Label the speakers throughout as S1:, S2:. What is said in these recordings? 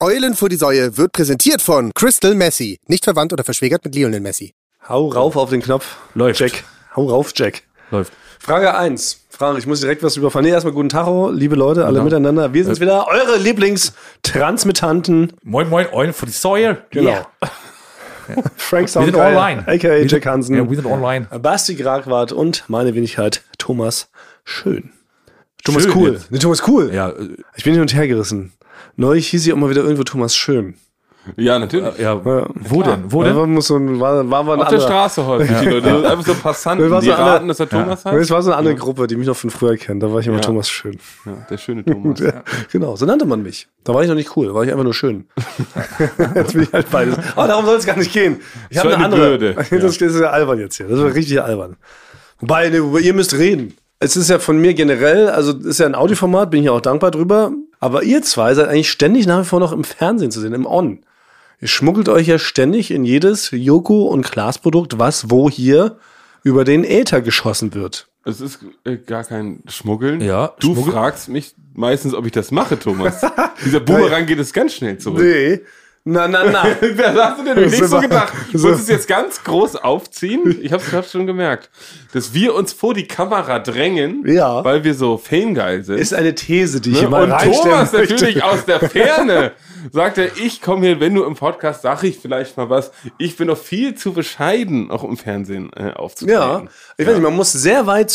S1: Eulen vor die Säue wird präsentiert von Crystal Messi. Nicht verwandt oder verschwägert mit Lionel Messi.
S2: Hau rauf auf den Knopf.
S3: Läuft.
S2: Jack. Hau rauf, Jack.
S3: Läuft.
S2: Frage 1. Frage, ich muss direkt was überfahren. Nee, erstmal guten Tacho, liebe Leute, alle
S3: Genau.
S2: miteinander. Wir sind wieder eure Lieblings-Transmittanten.
S3: Moin, moin, Eulen for the Soil.
S2: Genau. Frank
S3: Wir sind
S2: Soundgeil,
S3: online.
S2: aka
S3: Wir
S2: Jack
S3: sind-
S2: Hansen.
S3: Ja, wir sind online.
S2: Basti Gragwart und meine Wenigkeit Thomas Schön. Thomas
S3: Schön
S2: Cool.
S3: jetzt.
S2: Nee, Thomas Cool.
S3: Ja, äh,
S2: Ich bin hin und her gerissen. Neulich hieß ich auch mal wieder irgendwo Thomas Schön.
S4: Ja, natürlich.
S3: ja.
S2: Ja.
S3: Wo denn? Wo
S2: Oder
S3: denn?
S2: war, muss so ein, war, war, war ein
S4: Auf der
S2: anderer.
S4: Straße häufig. Die Leute. Äh, Einfach so
S2: Wir
S4: Passanten,
S2: waren
S4: die
S2: so alle-
S4: raten, dass der Thomas
S2: Nee,
S4: heißt.
S2: Es war so eine andere Gruppe, die mich noch von früher kennt. Da war ich immer
S4: Ja.
S2: Thomas Schön.
S4: Ja, der schöne Thomas. Ja.
S2: Genau, so nannte man mich. Da war ich noch nicht cool, da war ich einfach nur schön. jetzt bin ich halt beides. Aber darum soll es gar nicht gehen. Ich
S4: So
S2: habe eine
S4: eine
S2: andere.
S4: Bürde.
S2: Das ist ja albern jetzt hier. Das ist richtig albern. Wobei, ne, über ihr müsst reden. Es ist ja von mir generell, also es ist ja ein Audioformat, bin ich ja auch dankbar drüber. Aber ihr zwei seid eigentlich ständig nach wie vor noch im Fernsehen zu sehen, im On. Ihr schmuggelt euch ja ständig in jedes Joko- und Glas-Produkt, was wo hier über den Äther geschossen wird.
S4: Es ist äh, gar kein Schmuggeln.
S3: Ja,
S4: du
S3: Schmuggel-
S4: fragst mich meistens, ob ich das mache, Thomas. Dieser Boomerang geht es ganz schnell zurück.
S2: Nee. Na, na, na.
S4: Das hast du dir doch nicht
S2: So
S4: so
S2: war-
S4: gedacht. Du
S2: so-
S4: musst es jetzt ganz groß aufziehen. Ich hab's gerade schon gemerkt. Dass wir uns vor die Kamera drängen,
S2: Ja.
S4: weil wir so famegeil sind.
S2: ist eine These, die ich hier mal
S4: Ne, und
S2: reinstellen
S4: Thomas
S2: möchte.
S4: natürlich aus der Ferne sagte, ich komme hier, wenn du im Podcast, sag ich vielleicht mal was. Ich bin doch viel zu bescheiden, auch im Fernsehen äh,
S2: Ja,
S4: aufzutreten.
S2: ich weiß nicht, man muss sehr weit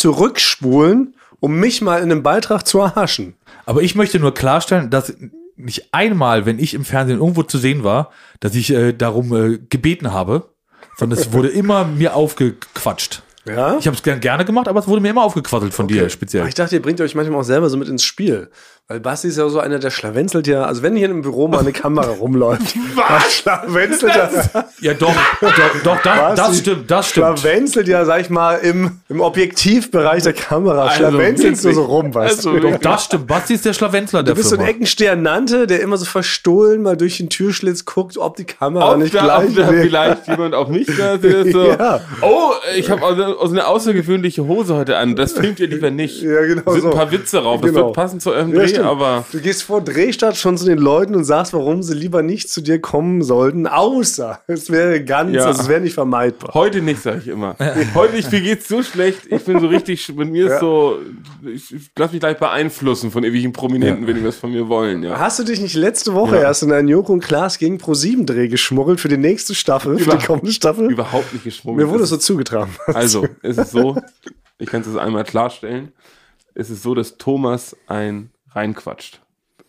S2: zurückspulen, um mich mal in einem Beitrag zu erhaschen.
S3: Aber ich möchte nur klarstellen, dass nicht einmal, wenn ich im Fernsehen irgendwo zu sehen war, dass ich äh, darum äh, gebeten habe, sondern es wurde immer mir aufgequatscht.
S2: Ja?
S3: Ich habe es gern, gerne gemacht, aber es wurde mir immer aufgequasselt von dir
S2: Aber
S3: speziell.
S2: ich dachte, ihr bringt euch manchmal auch selber so mit ins Spiel. Weil Basti ist ja so einer, der schlawenzelt ja. Also, wenn hier im Büro mal eine Kamera rumläuft, dann schlawenzelt, ja,
S3: Ja, doch, doch, doch da,
S2: Was?
S3: das stimmt, das stimmt.
S2: schlawenzelt ja, sag ich mal, im, im Objektivbereich der Kamera.
S4: Also
S2: Schlawenzelst du
S4: wirklich.
S2: so rum, weißt
S4: Also
S2: du?
S4: wirklich.
S3: Das stimmt. Basti ist der Schlawenzler der
S2: Du bist so ein
S3: Firma.
S2: Eckensternante, der immer so verstohlen mal durch den Türschlitz guckt, ob die Kamera
S4: Ob
S2: nicht
S4: da,
S2: gleich
S4: ob da
S2: wirkt.
S4: vielleicht jemand auf mich da sitzt, so.
S2: Ja.
S4: Oh, ich habe also, also eine außergewöhnliche Hose heute an. Das filmt ihr lieber nicht.
S2: Ja, genau
S4: Sind
S2: so.
S4: ein paar Witze drauf. Das
S2: Genau.
S4: wird passend zu eurem
S2: Ja,
S4: Dreh,
S2: stimmt.
S4: aber
S2: Du gehst vor Drehstart schon zu den Leuten und sagst, warum sie lieber nicht zu dir kommen sollten, außer es wäre ganz,
S4: Ja.
S2: also es wäre nicht vermeidbar.
S4: heute nicht, sage ich immer. Heute nicht, mir geht's so schlecht. Ich bin so richtig, sch- mit mir ist so, ich, ich lass mich gleich beeinflussen von ewigen Prominenten, wenn die was von mir wollen, ja.
S2: Hast du dich nicht letzte Woche
S4: Ja.
S2: erst in einen Joko und Klaas gegen Pro7-Dreh geschmuggelt für die nächste Staffel, für
S4: Über-
S2: die kommende Staffel?
S4: Überhaupt nicht geschmuggelt.
S2: Mir wurde es
S4: Es
S2: so zugetragen.
S4: Also, es ist so, ich kann es jetzt einmal klarstellen, es ist so, dass Thomas ein reinquatscht.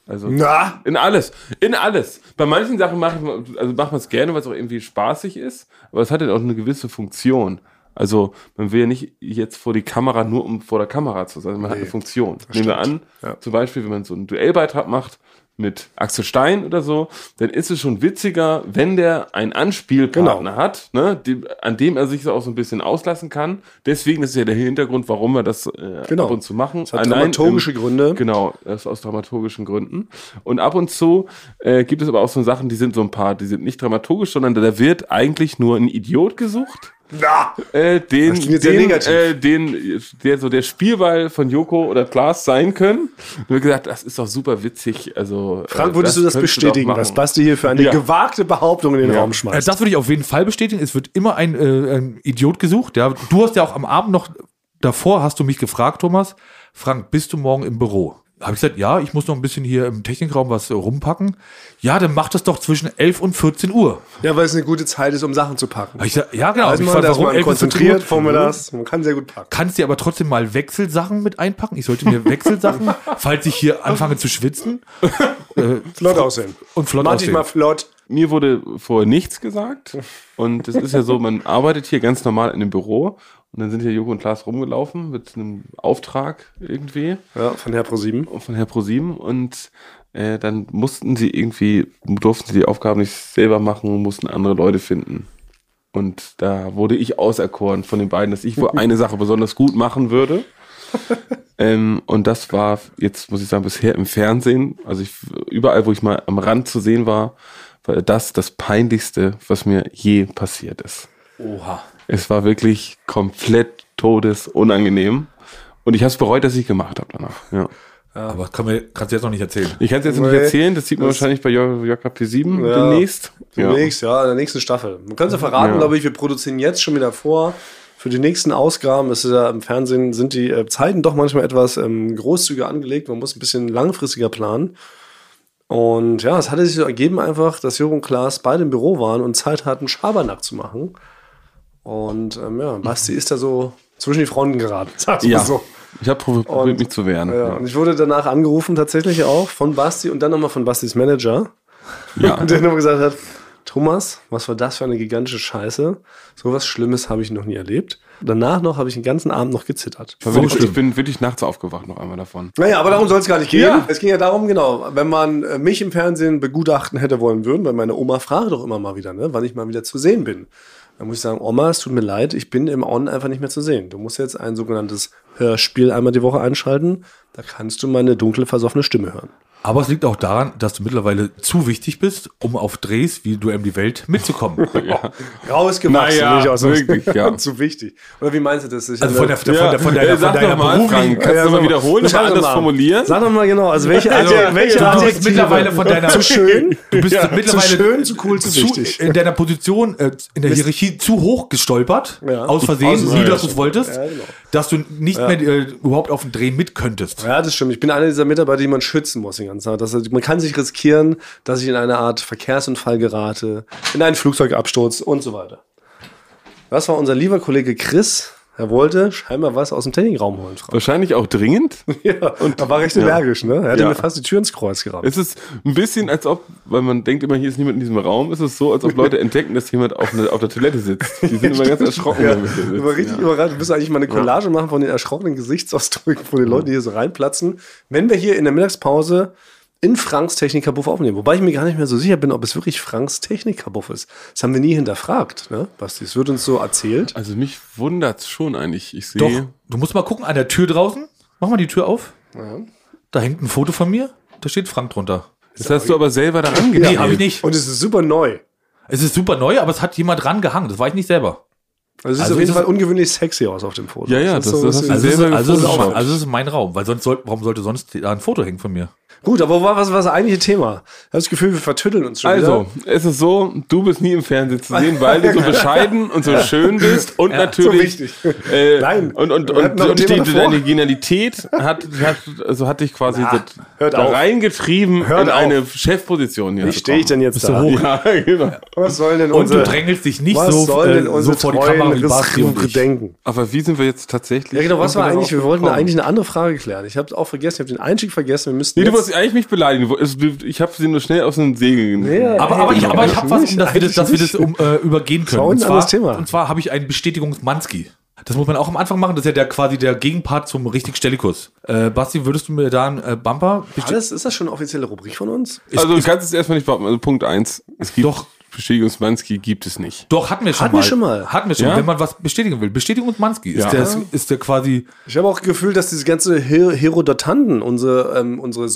S4: Also
S2: Na?
S4: in alles, in alles. Bei manchen Sachen mache ich, also macht man es gerne, weil es auch irgendwie spaßig ist, aber es hat dann auch eine gewisse Funktion. Also man will ja nicht jetzt vor die Kamera nur um vor der Kamera zu sein, man hat eine Funktion. Nehmen wir an, zum Beispiel, wenn man so einen Duellbeitrag macht mit Axel Stein oder so, dann ist es schon witziger, wenn der einen Anspielpartner hat, ne, die, an dem er sich so auch so ein bisschen auslassen kann. Deswegen ist ja der Hintergrund, warum wir das äh,
S2: Genau.
S4: ab und zu machen.
S2: Das hat
S4: Allein im-
S2: dramaturgische Gründe.
S4: Genau, das aus dramaturgischen Gründen. Und ab und zu äh, gibt es aber auch so Sachen, die sind so ein paar, die sind nicht dramaturgisch, sondern da wird eigentlich nur ein Idiot gesucht. Äh, den,
S2: Das klingt jetzt sehr
S4: den,
S2: negativ.
S4: äh, den, der so der Spielball von Joko oder Klaas sein können. Und wird gesagt, das ist doch super witzig. Also,
S2: Frank,
S4: äh,
S2: würdest du das
S4: könntest
S2: bestätigen,
S4: doch machen.
S2: was Basti hier für eine
S4: Ja.
S2: gewagte Behauptung in den
S4: Ja.
S2: Raum
S3: Äh,
S2: schmeißt?
S3: Das würde ich auf jeden Fall bestätigen. Es wird immer ein, äh, ein Idiot gesucht. Ja. Du hast ja auch am Abend noch davor, hast du mich gefragt, Thomas, Frank, bist du morgen im Büro? Habe ich gesagt, ja, ich muss noch ein bisschen hier im Technikraum was äh, rumpacken. Ja, dann mach das doch zwischen 11 und 14 Uhr.
S2: Ja, weil es eine gute Zeit ist, um Sachen zu packen.
S3: Hab ich gesagt, ja, genau.
S2: Weiß
S3: Hab ich
S2: man,
S3: gefragt,
S2: dass man
S3: 11 und 14 Uhr?
S2: konzentriert vormittags, man kann sehr gut packen.
S3: Kannst dir aber trotzdem mal Wechselsachen mit einpacken? Ich sollte mir Wechselsachen, falls ich hier anfange zu schwitzen.
S2: Flott aussehen.
S3: Und flott
S2: Mach dich
S3: aussehen.
S2: mal flott.
S4: Mir wurde vorher nichts gesagt. Und es ist ja so, man arbeitet hier ganz normal in dem Büro. Und dann sind hier Joko und Klaas rumgelaufen mit einem Auftrag irgendwie.
S2: Ja, von Herr Pro7.
S4: von Herr ProSieben und äh, dann mussten sie irgendwie, durften sie die Aufgaben nicht selber machen und mussten andere Leute finden. Und da wurde ich auserkoren von den beiden, dass ich wohl eine Sache besonders gut machen würde. ähm, und das war jetzt, muss ich sagen, bisher im Fernsehen, also ich, überall, wo ich mal am Rand zu sehen war, war das das Peinlichste, was mir je passiert ist.
S3: Oha.
S4: Es war wirklich komplett todesunangenehm. Und ich habe es bereut, dass ich gemacht habe danach. Ja.
S3: Aber das kann mir, kannst du jetzt noch nicht erzählen.
S4: Ich kann es jetzt
S2: Nee,
S4: nicht erzählen, das sieht man
S2: das-
S4: wahrscheinlich bei JKP7
S2: Ja.
S4: demnächst.
S2: Demnächst, ja. in der nächsten Staffel. Man könnte verraten,
S4: Ja.
S2: glaube ich, wir produzieren jetzt schon wieder vor. Für die nächsten Ausgaben ist ja im Fernsehen sind die äh, Zeiten doch manchmal etwas ähm, großzügiger angelegt. Man muss ein bisschen langfristiger planen. Und ja, es hatte sich so ergeben einfach, dass Jürgen und Klaas beide im Büro waren und Zeit hatten, Schabernack zu machen. Und ähm, ja, Basti ist da so zwischen die Fronten geraten. Sag's mal
S4: Ja.
S2: so.
S4: Ich habe probiert,
S2: Und-
S4: mich zu wehren.
S2: Ja, und ich wurde danach angerufen, tatsächlich auch von Basti und dann nochmal von Bastis Manager.
S4: Ja.
S2: Und der nochmal gesagt hat: Thomas, was war das für eine gigantische Scheiße? So was Schlimmes habe ich noch nie erlebt. Danach noch habe ich den ganzen Abend noch gezittert.
S4: Ich, war wirklich, ich bin wirklich nachts aufgewacht noch einmal davon.
S2: Naja, aber darum soll es gar nicht gehen.
S4: Ja.
S2: Es ging ja darum, genau, wenn man äh, mich im Fernsehen begutachten hätte wollen würden, weil meine Oma fragt doch immer mal wieder, ne, wann ich mal wieder zu sehen bin. Dann muss ich sagen, Oma, es tut mir leid, ich bin im On einfach nicht mehr zu sehen. Du musst jetzt ein sogenanntes Hörspiel einmal die Woche einschalten. Da kannst du meine dunkle, versoffene Stimme hören.
S3: Aber es liegt auch daran, dass du mittlerweile zu wichtig bist, um auf Drehs wie Duell um die Welt mitzukommen.
S2: Rausgewachsen,
S4: Naja,
S2: nicht aus
S4: wirklich, ja.
S2: Zu wichtig. Oder wie meinst du das? Ich
S3: Also von der, von
S4: Ja.
S3: der, von deiner,
S4: Ey,
S3: von
S4: sag
S3: deiner
S4: doch mal,
S3: beruflichen-
S4: Frank, kannst du mal wiederholen, mal
S2: sag doch
S4: anders formulieren?
S2: Sag doch mal genau, also welche,
S3: Also,
S2: Adjek- welche
S3: du bist
S2: Adjektive?
S3: mittlerweile von deiner
S2: zu schön,
S3: Du bist
S2: Ja,
S3: mittlerweile
S2: zu schön, zu cool, zu wichtig.
S3: in deiner Position äh, in der Hierarchie zu hoch gestolpert,
S2: Ja.
S3: aus Versehen,
S2: Aus Versehen.
S3: nie, dass du es wolltest,
S2: Ja, genau.
S3: dass du nicht mehr äh, überhaupt auf den Dreh mit könntest.
S2: Ja, das stimmt. Ich bin einer dieser Mitarbeiter, die man schützen muss den ganzen Tag. Das, heißt, man kann sich riskieren, dass ich in eine Art Verkehrsunfall gerate, in einen Flugzeugabsturz und so weiter. Das war unser lieber Kollege Chris. Er wollte scheinbar was aus dem Trainingraum holen. Frau.
S4: Wahrscheinlich auch dringend.
S2: Ja, und da war recht energisch, ne? Er hat
S4: Ja.
S2: mir fast die Tür ins Kreuz gerammt.
S4: Es ist ein bisschen, als ob, weil man denkt immer, hier ist niemand in diesem Raum, es ist so, als ob Leute entdecken, dass jemand auf, eine, auf der Toilette sitzt. Die sind immer ganz erschrocken.
S2: Ja,
S4: wenn wir hier sitzen.
S2: ich war richtig überrascht. Wir müssen eigentlich mal eine Collage machen von den erschrockenen Gesichtsausdrücken von den Leuten, die hier so reinplatzen, wenn wir hier in der Mittagspause in Franks Technikerbuff aufnehmen. Wobei ich mir gar nicht mehr so sicher bin, ob es wirklich Franks Technikerbuff ist. Das haben wir nie hinterfragt, ne, Basti? Es wird uns so erzählt.
S4: Also mich wundert's schon eigentlich. Ich
S3: Doch,
S4: sehe.
S3: du musst mal gucken, an der Tür draußen, mach mal die Tür auf, da hängt ein Foto von mir, da steht Frank drunter.
S4: Das hast du aber selber da rangegangen.
S3: nee, habe ich nicht.
S2: Und es ist super neu.
S3: Es ist super neu, aber es hat jemand rangehangen, das war ich nicht selber.
S2: Also es
S3: Also
S2: sieht auf
S3: ist
S2: jeden
S3: es-
S2: Fall ungewöhnlich sexy aus auf dem Foto.
S4: Ja, ja,
S2: ist
S4: das-
S2: so ein
S4: das hast
S2: bisschen-
S4: du
S3: Also, es ist,
S4: selber
S3: also, es ist auch,
S4: gefotoshoppt.
S3: also es ist mein Raum, weil sonst soll, warum sollte sonst da ein Foto hängen von mir?
S2: Gut, aber was was war das eigentliche Thema? Ich habe das Gefühl, wir vertütteln uns schon wieder.
S4: Also, es ist so, du bist nie im Fernsehen zu sehen, weil du so bescheiden und so schön bist und natürlich.
S2: so wichtig.
S4: Äh,
S2: Nein,
S4: Und, und,
S2: wir hatten
S4: und,
S2: noch ein
S4: und
S2: Thema
S4: die,
S2: davor.
S4: deine Genialität hat, hat, also hat dich quasi
S2: Na,
S4: so
S2: hört
S4: da
S2: auf.
S4: reingetrieben
S2: Hört
S4: in
S2: auf.
S4: eine Chefposition. hier
S2: Wie
S4: zu
S2: stehe ich
S4: kommen.
S2: denn jetzt da?
S4: Ja, genau.
S2: Was soll denn
S3: Und
S2: unsere,
S3: du drängelst dich nicht
S2: was
S3: so,
S2: soll
S3: äh,
S2: denn unsere
S3: so vor die
S2: treuen
S3: Kamera wie Basti und
S2: Rissrufe
S3: ich.
S2: denken?
S4: Aber wie sind wir jetzt tatsächlich?
S2: Ja, genau, was war
S4: irgendwie
S2: eigentlich? Wir
S4: darauf
S2: wollten
S4: gekommen?
S2: eigentlich eine andere Frage klären. Ich habe es auch vergessen, ich habe den Einstieg vergessen. Wir müssten.
S4: Nee, du
S2: jetzt-
S4: wolltest eigentlich mich beleidigen. Du- es- du- Ich habe sie nur schnell aus dem Segel genommen.
S2: Ja,
S3: Aber, aber ich, aber ich habe was,
S2: Eigentlich
S3: um dass wir das, dass wir das um, äh, übergehen können.
S2: war ein
S3: Und zwar,
S2: anderes Thema.
S3: und zwar habe ich einen Bestätigungsmanski. Das muss man auch am Anfang machen. Das ist ja der, quasi der Gegenpart zum richtig Stellikus. Äh, Basti, würdest du mir da einen äh, Bumper bestätigen?
S2: Alles, ist das schon eine offizielle Rubrik von uns?
S4: Also du kannst es erstmal nicht behaupten. Also Punkt eins: Es gibt
S3: Doch.
S4: Bestätigungsmanski gibt es nicht.
S3: Doch, hatten wir schon
S2: Hatten
S3: mal.
S2: wir schon mal.
S3: Hatten wir schon
S4: Ja?
S3: mal, wenn man was bestätigen will. Bestätigungsmanski ist,
S4: Ja.
S3: der, ist, ist der quasi...
S2: Ich habe auch Gefühl, dass diese ganze Her Herodotanten, unsere, ähm, unsere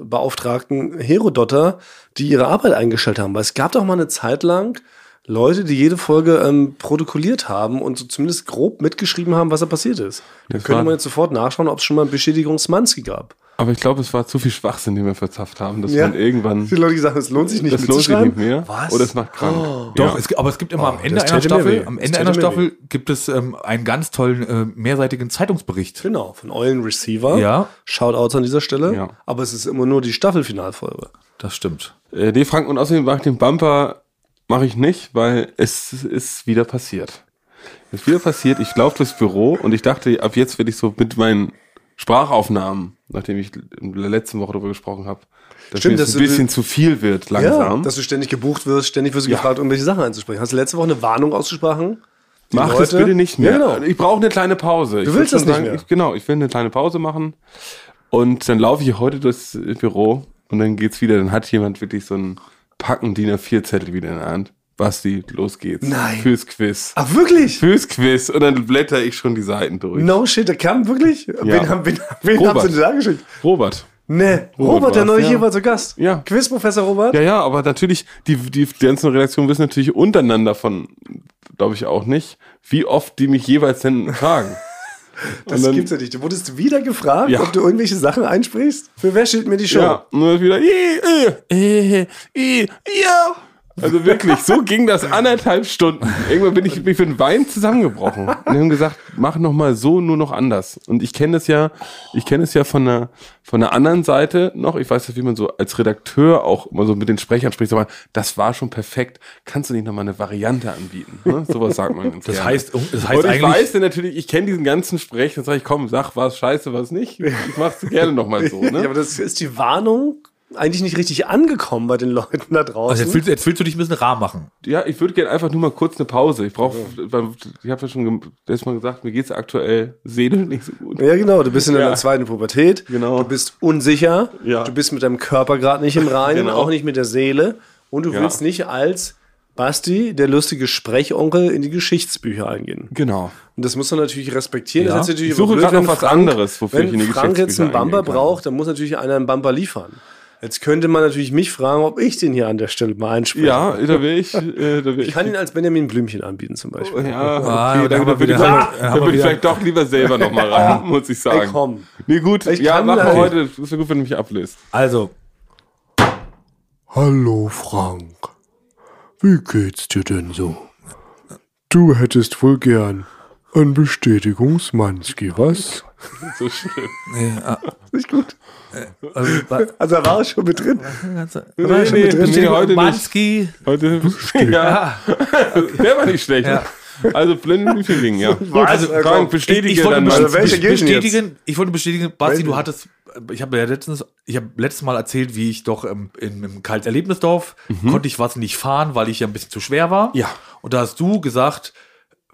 S2: Sonderbeauftragten Herodotter, die ihre Arbeit eingestellt haben. Weil es gab doch mal eine Zeit lang Leute, die jede Folge ähm, protokolliert haben und so zumindest grob mitgeschrieben haben, was da passiert ist. Da
S4: Das
S2: könnte
S4: war-
S2: man jetzt sofort nachschauen, ob es schon mal einen Beschädigungsmanski gab.
S4: Aber ich glaube, es war zu viel Schwachsinn, den wir verzapft haben, dass
S2: Ja.
S4: man irgendwann...
S2: Viele Leute die sagen, es lohnt sich nicht
S4: Das lohnt sich
S2: mitzuschreiben.
S4: nicht mehr.
S2: Was? Oh.
S4: Oder es macht krank.
S3: Doch, es, aber es gibt immer am Ende
S2: das
S3: einer
S2: täte mir
S3: Staffel,
S2: weh.
S3: am
S2: Das
S3: Ende
S2: täte
S3: einer
S2: mir
S3: Staffel gibt es ähm, einen ganz tollen äh, mehrseitigen Zeitungsbericht.
S2: Genau, von Eulen Receiver.
S3: Ja.
S2: Shoutouts an dieser Stelle.
S4: Ja.
S2: Aber es ist immer nur die Staffelfinalfolge.
S3: Das stimmt.
S4: Äh, nee, Frank, und außerdem mache ich den Bumper mache ich nicht, weil es ist wieder passiert. Es ist wieder passiert, ich laufe durchs Büro und ich dachte, ab jetzt werde ich so mit meinen Sprachaufnahmen, nachdem ich in der letzten Woche darüber gesprochen habe, dass
S2: Stimmt,
S4: mir
S2: dass
S4: das
S2: du-
S4: ein bisschen zu viel wird langsam.
S2: dass du ständig gebucht wirst, ständig wirst du gefragt, irgendwelche Sachen einzusprechen. Hast du letzte Woche eine Warnung ausgesprochen? Die
S4: Mach das
S2: Leute-
S4: bitte nicht mehr.
S2: Ja, genau.
S4: Ich brauche eine kleine Pause. Du
S2: willst das nicht mehr?
S4: Ich, genau, ich will eine kleine Pause machen. Und dann laufe ich heute durchs Büro und dann geht's wieder. Dann hat jemand wirklich so einen Packen DIN A4-Zettel wieder in der Hand. Basti, los geht's.
S2: Nein.
S4: Fürs Quiz.
S2: Ach, wirklich?
S4: Fürs Quiz. Und dann blätter ich schon die Seiten durch.
S2: No shit, der kam wirklich? Wen, haben, wen, wen haben
S4: Robert.
S2: sie denn da geschickt?
S4: Robert.
S2: Ne, Robert,
S4: Robert
S2: der
S4: war's,
S2: neue
S4: ja.
S2: hier war zu Gast.
S4: Ja.
S2: Quizprofessor Robert?
S4: Ja, ja, aber natürlich, die, die, die ganzen Redaktionen wissen natürlich untereinander von, glaube ich auch nicht, wie oft die mich jeweils denn fragen.
S2: Das
S4: dann-
S2: gibt's ja nicht. Du wurdest wieder gefragt,
S4: Ja.
S2: ob du irgendwelche Sachen einsprichst. Für wer steht mir die Show?
S4: Ja, und dann wieder. "Ih, äh, äh, äh, ja." Also wirklich, so ging das anderthalb Stunden. Irgendwann bin ich, ich bin Wein zusammengebrochen. Und die haben gesagt, mach noch mal so, nur noch anders. Und ich kenne das ja, ich kenne es ja von der, von der anderen Seite noch. Ich weiß ja, wie man so als Redakteur auch immer so mit den Sprechern spricht. Aber das war schon perfekt. Kannst du nicht noch mal eine Variante anbieten? Ne? Sowas sagt man ganz
S3: Das
S4: gerne.
S3: heißt, das heißt
S4: und ich
S3: eigentlich.
S4: weiß denn natürlich, ich kenne diesen ganzen Sprech, dann sage ich, komm, sag was scheiße, was nicht. Ich mach's gerne nochmal so. Ne?
S2: Ja, aber das ist die Warnung eigentlich nicht richtig angekommen bei den Leuten da
S3: also
S2: draußen.
S3: jetzt, willst, du- jetzt willst du dich ein bisschen rar machen.
S4: Ja, ich würde gerne einfach nur mal kurz eine Pause. Ich brauche, ich habe ja schon gem- letztes Mal gesagt, mir geht's aktuell seelisch nicht so gut.
S2: ja, genau. Du bist in deiner
S4: Ja.
S2: zweiten Pubertät. Du
S4: Genau.
S2: bist unsicher.
S4: Ja.
S2: Du bist mit deinem Körper gerade nicht im Reinen,
S4: Genau.
S2: auch nicht mit der Seele. Und du
S4: Ja.
S2: willst nicht als Basti, der lustige Sprechonkel, in die Geschichtsbücher eingehen.
S4: Genau.
S2: Und das muss man natürlich respektieren.
S3: Ja.
S2: Das ist natürlich
S4: Ich suche
S2: aber blöd,
S4: gerade noch
S2: wenn
S4: was anderes, wofür
S2: wenn
S4: ich in die
S2: Frank jetzt einen
S4: Geschichtsbücher
S2: Bumper
S4: eingehen kann.
S2: braucht, dann muss natürlich einer einen Bumper liefern. Jetzt könnte man natürlich mich fragen, ob ich den hier an der Stelle mal einspreche.
S4: Ja, da will ich, äh, da will ich.
S2: Ich kann ihn als Benjamin Blümchen anbieten zum Beispiel.
S4: ja,
S3: Ah,
S4: okay, dann,
S3: da haben wir
S4: dann würde
S3: wieder-
S4: ich,
S3: haben wir- haben
S4: vielleicht- dann
S3: wir
S4: würd ich
S3: wieder-
S4: vielleicht doch lieber selber nochmal ran, muss ich
S2: Ey,
S4: sagen.
S2: komm.
S4: Nee, gut,
S2: Ich
S4: ja,
S2: kann
S4: mach
S2: das.
S4: mal heute. Das ist ja gut, wenn du mich ablöst.
S3: Also,
S5: Hallo Frank, wie geht's dir denn so? Du hättest wohl gern ein Bestätigungsmanski, was?
S4: So schlimm.
S3: also bei-
S2: Also da war er schon mit drin.
S4: Nee, nee, nee, heute nicht.
S3: Manski,
S4: Heute, ja. Der war nicht schlecht.
S3: Ja.
S4: Also, Blindenmüchel-Ding, ja.
S2: Also,
S4: Frank, bestätige
S3: ich, ich wollte
S4: dann
S3: bes-
S4: mal.
S2: Also welche gilt denn
S3: bestätigen, ich wollte bestätigen, Basti,
S2: Welche?
S3: du hattest, ich habe ja letztens, ich habe letztes Mal erzählt, wie ich doch ähm, in, im Kalterlebnisdorf konnte ich was nicht fahren, weil ich ja ein bisschen zu schwer war.
S4: Ja.
S3: Und da hast du gesagt,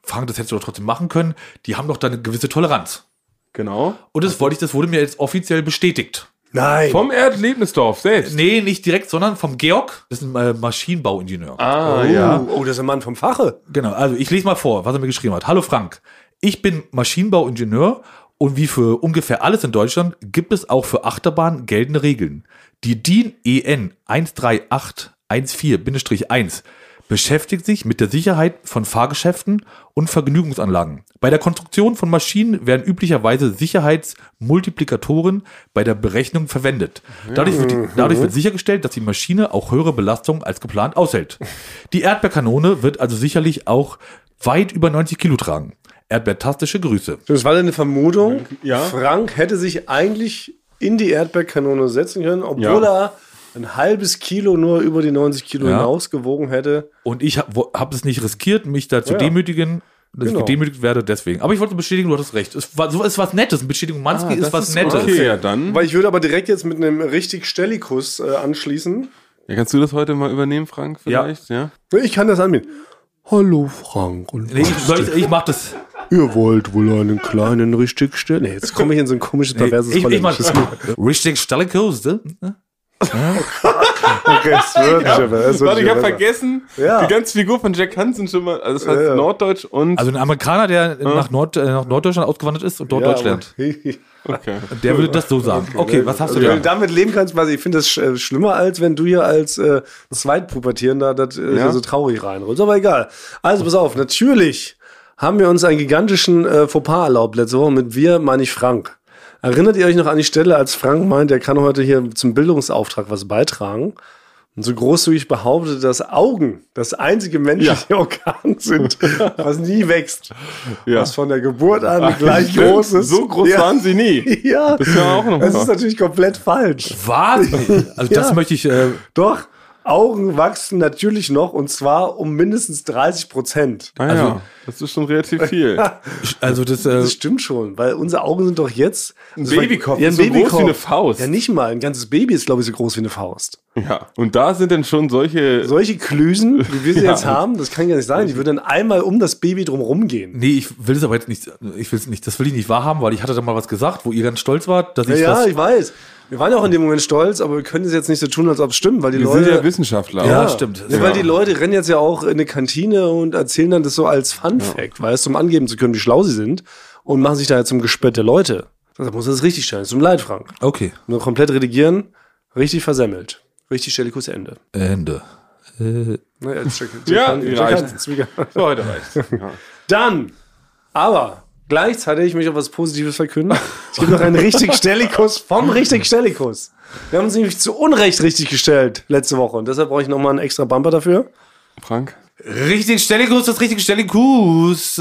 S3: Frank, das hättest du doch trotzdem machen können. Die haben doch da eine gewisse Toleranz.
S4: Genau.
S3: Und das wollte ich, das wurde mir jetzt offiziell bestätigt.
S2: Nein.
S4: Vom Erdlebnisdorf selbst.
S3: Nee, nicht direkt, sondern vom Georg, das ist ein äh, Maschinenbauingenieur.
S4: Ah,
S2: Oh, oh, das ist ein Mann vom Fache.
S3: Genau, also ich lese mal vor, was er mir geschrieben hat. Hallo Frank, ich bin Maschinenbauingenieur und wie für ungefähr alles in Deutschland gibt es auch für Achterbahnen geltende Regeln. Die DIN E EN 13814-1 beschäftigt sich mit der Sicherheit von Fahrgeschäften und Vergnügungsanlagen. Bei der Konstruktion von Maschinen werden üblicherweise Sicherheitsmultiplikatoren bei der Berechnung verwendet. Dadurch wird, die, dadurch wird sichergestellt, dass die Maschine auch höhere Belastungen als geplant aushält. Die Erdbeerkanone wird also sicherlich auch weit über 90 Kilo tragen. Erdbeertastische Grüße.
S2: Das war eine Vermutung.
S4: Ja.
S2: Frank hätte sich eigentlich in die Erdbeerkanone setzen können, obwohl er ein halbes Kilo nur über die 90 Kilo
S3: Ja.
S2: hinaus gewogen hätte.
S3: Und ich habe hab es nicht riskiert, mich da zu
S2: Ja.
S3: demütigen, dass
S2: Genau.
S3: ich gedemütigt werde deswegen. Aber ich wollte bestätigen, du hattest recht. Es war, so ist was Nettes. Eine Bestätigung Mansky ist was Nettes.
S4: Okay, ja, dann.
S2: Weil ich würde aber direkt jetzt mit einem richtig Stellikus äh, anschließen.
S4: Ja, kannst du das heute mal übernehmen, Frank,
S3: Ja.
S4: vielleicht? Ja.
S2: Ich kann das anbieten.
S5: Hallo Frank und
S3: Nee, ich, soll ich, ich mach das.
S5: ihr wollt wohl einen kleinen richtig stellen.
S2: Nee, jetzt komme ich in so ein komisches, perverses
S3: ich, ich mach,
S2: Holländisches.
S3: Richtig Stallikus, ne?
S2: Okay, es wird schon besser, es wird
S4: Warte, ich
S2: schon besser.
S4: habe vergessen,
S2: Ja.
S4: die ganze Figur von Jack Hansen schon mal, also das heißt
S2: Ja, ja.
S4: Norddeutsch und
S3: Also ein Amerikaner, der nach, Nord, äh, nach Norddeutschland ausgewandert ist und dort Deutsch lernt.
S2: Ja,
S4: okay.
S3: Der würde das so sagen. Okay, was hast du
S2: Also, wenn du
S3: denn?
S2: damit leben kannst, weiß ich, ich finde das sch äh, schlimmer, als wenn du hier als äh, Zweitpubertierender das äh,
S4: Ja.
S2: hier so traurig reinrollst. Aber egal. Also pass auf, natürlich haben wir uns einen gigantischen äh, Fauxpas erlaubt letzte Woche mit wir, meine ich Frank. Erinnert ihr euch noch an die Stelle, als Frank meint, er kann heute hier zum Bildungsauftrag was beitragen? Und so großzügig behauptet, dass Augen das einzige menschliche Organ sind, was nie wächst.
S4: Ja.
S2: Was von der Geburt an gleich
S4: Stimmt,
S2: groß ist.
S4: So groß
S2: ja.
S4: waren sie nie.
S2: Ja, das
S4: ist ja auch noch wahr.
S2: ist natürlich komplett falsch.
S3: Was? Also das
S2: Ja.
S3: möchte ich. Äh,
S2: Doch, Augen wachsen natürlich noch und zwar um mindestens 30 Prozent.
S4: Ah,
S3: Also-
S4: ja. Das ist schon relativ viel.
S3: also das. Äh,
S2: Das stimmt schon, weil unsere Augen sind doch jetzt. Ein
S4: Babykopf ist so groß wie eine Faust.
S2: Ja, nicht mal. Ein ganzes Baby ist, glaube ich, so groß wie eine Faust.
S4: ja. Und da sind dann schon solche.
S2: Solche Klüsen, wie wir sie
S4: Ja.
S2: jetzt haben, das kann ja nicht sein. Die würden dann einmal um das Baby drum rumgehen.
S3: Nee, ich will es aber jetzt nicht, ich will es nicht, das will ich nicht wahrhaben, weil ich hatte da mal was gesagt, wo ihr ganz stolz wart, dass ich
S2: Ja,
S3: das.
S2: ich weiß. Wir waren auch in dem Moment stolz, aber wir können es jetzt nicht so tun, als ob es stimmt, weil die
S4: wir
S2: Leute.
S4: sind ja Wissenschaftler.
S3: Ja,
S4: auch.
S3: stimmt.
S2: Ja, Weil die Leute rennen jetzt ja auch in eine Kantine und erzählen dann das so als Fun Fact, weißt du, um angeben zu können, wie schlau sie sind und machen sich da jetzt zum Gespött der Leute. Da muss das richtig stellen. Es tut mir leid, Frank.
S3: Okay.
S2: Nur komplett redigieren, richtig versemmelt. Richtig stellikus Ende. Ne, äh,
S3: Ende.
S2: Na ja, check, check,
S4: Ja,
S2: check,
S4: reicht.
S2: check, check, check.
S4: So, heute reicht's.
S2: Dann, aber Gleichzeitig möchte ich auch was Positives verkünden. Es gibt noch einen richtig Stellikus vom richtig Stellikus. Wir haben uns nämlich zu Unrecht richtig gestellt letzte Woche und deshalb brauche ich nochmal einen extra Bumper dafür.
S4: Frank?
S3: Richtig Stellikus, das richtige Stellikus.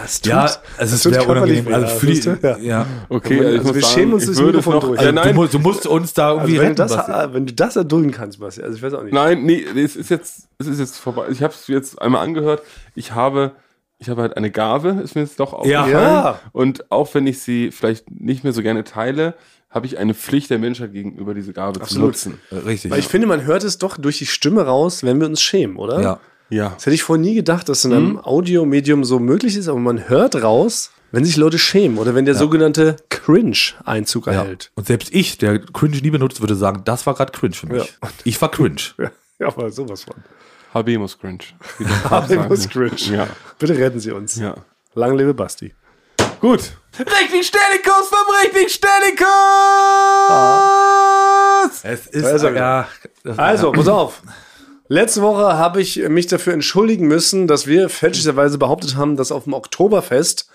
S2: Das
S3: Ja, also es
S2: tut
S3: wäre
S2: körperlich äh,
S3: unangenehm.
S2: weh,
S3: Also
S2: ja,
S3: für die,
S2: siehst du? Ja.
S3: ja.
S4: Okay,
S2: Also
S4: muss
S2: wir schämen uns
S4: ich
S2: das
S4: würde es
S2: Mikrofon
S4: noch.
S2: durch.
S4: Also
S3: Also
S4: nein,
S3: du, mu- du musst uns da irgendwie
S2: Also wenn, du
S3: retten.
S2: das,
S3: Basti.
S2: ah, wenn du das erdulden kannst, Basti, also ich weiß auch nicht.
S4: nein, nee, es ist jetzt, es ist jetzt vorbei. Ich habe es jetzt einmal angehört. Ich habe, ich habe halt eine Gabe, ist mir jetzt doch aufgefallen.
S2: Ja.
S4: Und auch wenn ich sie vielleicht nicht mehr so gerne teile, habe ich eine Pflicht der Menschheit gegenüber, diese Gabe
S2: Absolut.
S4: zu nutzen.
S3: Äh, Richtig.
S2: Weil ich finde, man hört es doch durch die Stimme raus, wenn wir uns schämen, oder?
S3: ja.
S4: Ja. Mhm.
S2: Das hätte ich vorher nie gedacht, dass in einem Audiomedium so möglich ist, aber man hört raus, wenn sich Leute schämen oder wenn der sogenannte Cringe Einzug
S3: Ja.
S2: erhält.
S3: Und selbst ich, der Cringe nie benutzt, würde sagen, das war gerade Cringe für mich. Ich war Cringe.
S2: Ja, aber sowas von.
S4: Habemus Cringe. Wie der Papst sagt.
S2: Habemus Cringe.
S4: Ja.
S2: Bitte retten Sie uns.
S4: Ja.
S2: Lang lebe Basti.
S4: Gut. Richtig Stellikus vom Richtig Stellikus!
S3: Es ist,
S2: ist er
S3: ja, das-
S2: Also, pass auf. Letzte Woche habe ich mich dafür entschuldigen müssen, dass wir fälschlicherweise behauptet haben, dass auf dem Oktoberfest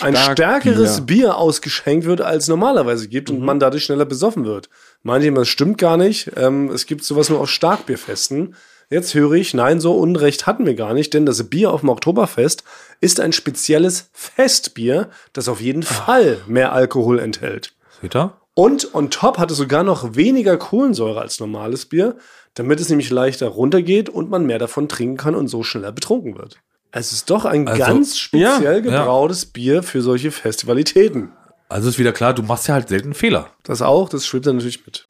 S2: ein
S4: Stark
S2: stärkeres
S4: Bier.
S2: Bier. ausgeschenkt wird, als normalerweise gibt und man dadurch schneller besoffen wird. Meint jemand, das stimmt gar nicht. Ähm, es gibt sowas nur auf Starkbierfesten. Jetzt höre ich, nein, so Unrecht hatten wir gar nicht, denn das Bier auf dem Oktoberfest ist ein spezielles Festbier, das auf jeden Fall mehr Alkohol enthält.
S3: Seht ihr?
S2: Und on top hat es sogar noch weniger Kohlensäure als normales Bier, damit es nämlich leichter runtergeht und man mehr davon trinken kann und so schneller betrunken wird. Es ist doch ein
S3: Also,
S2: ganz speziell
S3: ja, ja.
S2: gebrautes Bier für solche Festivalitäten.
S3: Also ist wieder klar, du machst ja halt selten Fehler.
S2: Das auch, das schwebt dann natürlich mit.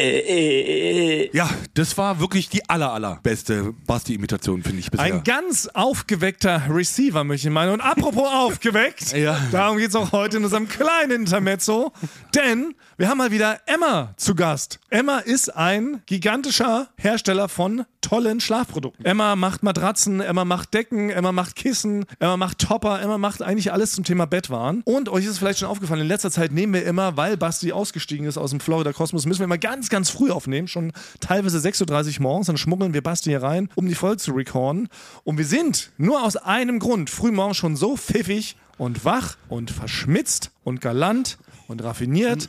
S6: Reklame.
S7: Ja, das war wirklich die aller, allerbeste Basti-Imitation, finde ich bisher.
S8: Ein ganz aufgeweckter Receiver, möchte ich meinen. Und apropos aufgeweckt,
S7: Ja.
S8: darum geht es auch heute in unserem kleinen Intermezzo. Denn wir haben mal wieder Emma zu Gast. Emma ist ein gigantischer Hersteller von tollen Schlafprodukten. Emma macht Matratzen, Emma macht Decken, Emma macht Kissen, Emma macht Topper, Emma macht eigentlich alles zum Thema Bettwaren. Und euch ist es vielleicht schon aufgefallen, in letzter Zeit nehmen wir immer, weil Basti ausgestiegen ist aus dem Florida Kosmos, müssen wir immer ganz, ganz früh aufnehmen, schon teilweise 6.30 Uhr morgens, dann schmuggeln wir Basti hier rein, um die Folge zu recorden. Und wir sind nur aus einem Grund frühmorgens schon so pfiffig und wach und verschmitzt und galant und raffiniert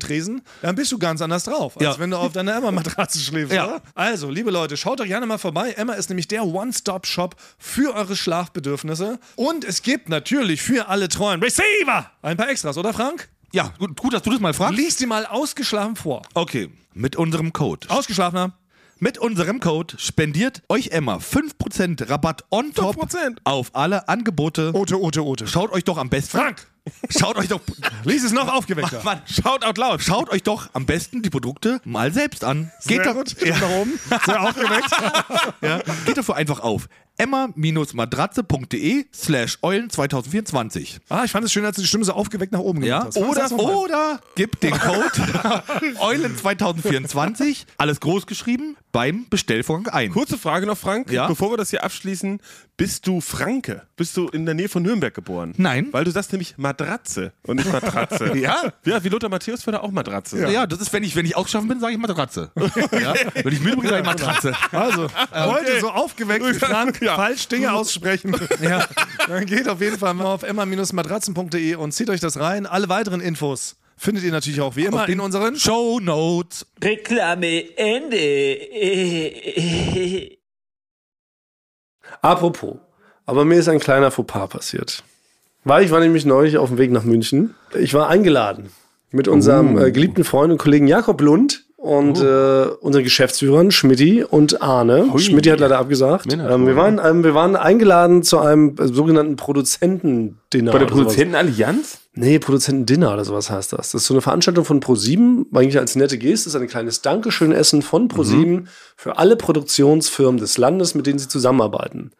S8: Tresen, dann bist du ganz anders drauf, als wenn du auf deiner Emma-Matratze schläfst. Oder? Also, liebe Leute, schaut doch gerne mal vorbei. Emma ist nämlich der One-Stop-Shop für eure Schlafbedürfnisse. Und es gibt natürlich für alle treuen Receiver ein paar Extras, oder Frank?
S7: Ja, gut, gut, dass du das mal fragst.
S8: Lies die mal ausgeschlafen vor.
S7: Okay, mit unserem Code.
S8: Ausgeschlafener.
S7: Mit unserem Code spendiert euch Emma 5% Rabatt on top
S9: 5%.
S7: auf alle Angebote.
S8: Ote, Ote, Ote.
S7: Schaut euch doch am besten.
S8: Frank!
S7: Schaut euch doch.
S8: Lies es noch aufgeweckter.
S7: Mann, schaut out loud. Schaut euch doch am besten die Produkte mal selbst an.
S8: Sehr
S7: Geht da,
S8: gut. Stimmt nach oben. Sehr aufgeweckt.
S7: ja, geht dafür einfach auf emma-matratze.de slash eulen 2024.
S8: Ah, ich fand es schön, als du die Stimme so aufgeweckt nach oben gemacht
S7: Ja,
S8: hast.
S7: oder,
S8: Sag's noch mal.
S7: oder gibt den Code Eulen2024, alles groß geschrieben, beim Bestellvorgang ein.
S9: Kurze Frage noch, Frank.
S7: Ja?
S9: Bevor wir das hier abschließen, bist du Franke? Bist du in der Nähe von Nürnberg geboren?
S7: Nein.
S9: Weil du sagst nämlich Matratze und nicht Matratze.
S7: Ja.
S9: Ja, wie Lothar Matthäus würde auch Matratze sagen.
S7: Ja. das ist, wenn ich, wenn ich ausgeschaffen bin, sage ich Matratze. Ja? Wenn ich müde bin, sage ich Matratze.
S8: Also, heute so aufgeweckt wie Frank, falsch Dinge aussprechen. ja. Dann geht auf jeden Fall mal auf emma-matratzen.de und zieht euch das rein. Alle weiteren Infos findet ihr natürlich auch wie immer in unseren
S7: Show Notes.
S6: Reklame Ende.
S2: Apropos, aber mir ist ein kleiner Fauxpas passiert. Weil ich war nämlich neulich auf dem Weg nach München. Ich war eingeladen mit unserem
S4: Oh.
S2: äh, geliebten Freund und Kollegen Jakob Lund und äh, unseren Geschäftsführern Schmidti und Arne. Schmidti hat leider abgesagt. Ähm, wir, waren, ähm, wir waren eingeladen zu einem äh, sogenannten
S9: Also
S2: Produzentendinner.
S4: Bei der
S2: oder sowas.
S4: Produzentenallianz?
S2: Nee, Produzenten-Dinner oder sowas heißt das. Das ist so eine Veranstaltung von ProSieben, eigentlich als nette Geste, ist ein kleines
S4: Mhm.
S2: Dankeschön-Essen von ProSieben für alle Produktionsfirmen des Landes, mit denen sie zusammenarbeiten.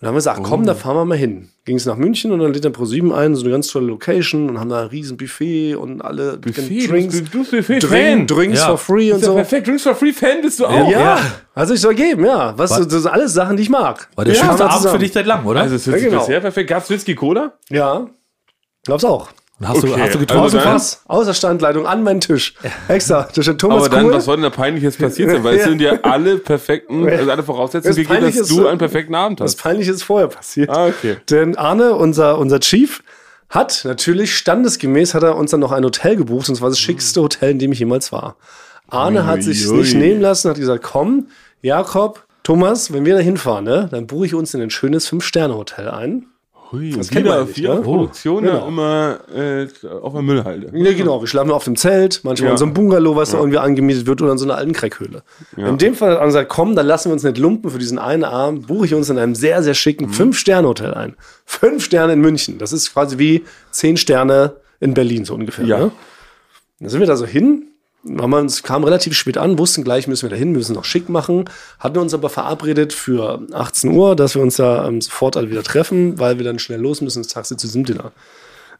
S2: Und dann haben wir gesagt, komm,
S4: Oh.
S2: da fahren wir mal hin. Ging es nach München und dann lädt dann ProSieben ein, so eine ganz tolle Location und haben da ein riesen Buffet und alle
S4: Buffet,
S2: Drinks.
S4: du- du bist Buffet-Fan.
S2: Drink, Drinks
S3: Ja.
S2: for free und
S4: Ist ja
S2: so.
S4: perfekt. Drinks for Free Fan bist du auch.
S2: Ja, hat sich so ergeben, ja. Was, das sind alles Sachen, die ich mag.
S3: War der
S2: ja,
S3: schönste
S2: mal
S3: Abend
S2: zusammen.
S3: für dich seit langem, oder?
S4: Also es ist
S2: Ja, genau.
S4: bisher perfekt. Gab's Whisky Cola?
S2: Ja, glaub's auch.
S3: Und hast, du,
S4: okay.
S3: hast du getrunken?
S4: Also
S2: Außer
S4: dann-
S2: Fass, außer Standleitung an meinen Tisch. Extra, da steht Thomas
S4: Aber dann,
S2: Kuhl.
S4: was soll denn da Peinliches passiert sein? Weil es
S2: Ja.
S4: sind ja alle perfekten, also alle Voraussetzungen
S2: Das
S4: gegeben,
S2: Peinliche
S4: dass
S2: ist,
S4: du
S2: äh,
S4: einen perfekten Abend
S2: Das
S4: hast.
S2: Peinliche ist vorher passiert.
S4: Ah, okay.
S2: Denn Arne, unser, unser Chief, hat natürlich standesgemäß hat er uns dann noch ein Hotel gebucht, und zwar
S4: Hm.
S2: das schickste Hotel, in dem ich jemals war. Arne hat sich nicht nehmen lassen, hat gesagt, komm, Jakob, Thomas, wenn wir da hinfahren, ne, dann buche ich uns in ein schönes Fünf-Sterne-Hotel ein.
S4: Das
S2: kennt man
S4: wieder
S2: nicht,
S4: vier
S2: ne?
S4: Produktionen
S2: Genau.
S4: immer äh, auf der Müllhalde.
S2: Ja, genau. Wir schlafen auf dem Zelt, manchmal
S4: Ja.
S2: in so einem Bungalow, was da irgendwie angemietet wird oder in so einer alten Crackhöhle. In dem Fall hat er gesagt, komm, dann lassen wir uns nicht lumpen für diesen einen Abend, buche ich uns in einem sehr, sehr schicken
S4: Mhm.
S2: Fünf-Sterne-Hotel ein. Fünf Sterne in München. Das ist quasi wie zehn Sterne in Berlin, so ungefähr.
S4: Ja.
S2: Ne? Dann sind wir da so hin. Haben wir uns kamen relativ spät an, wussten gleich, müssen wir da hin, müssen noch schick machen. Hatten uns aber verabredet für 18 Uhr, dass wir uns da ähm, sofort alle wieder treffen, weil wir dann schnell los müssen ins Taxi zu diesem Dinner.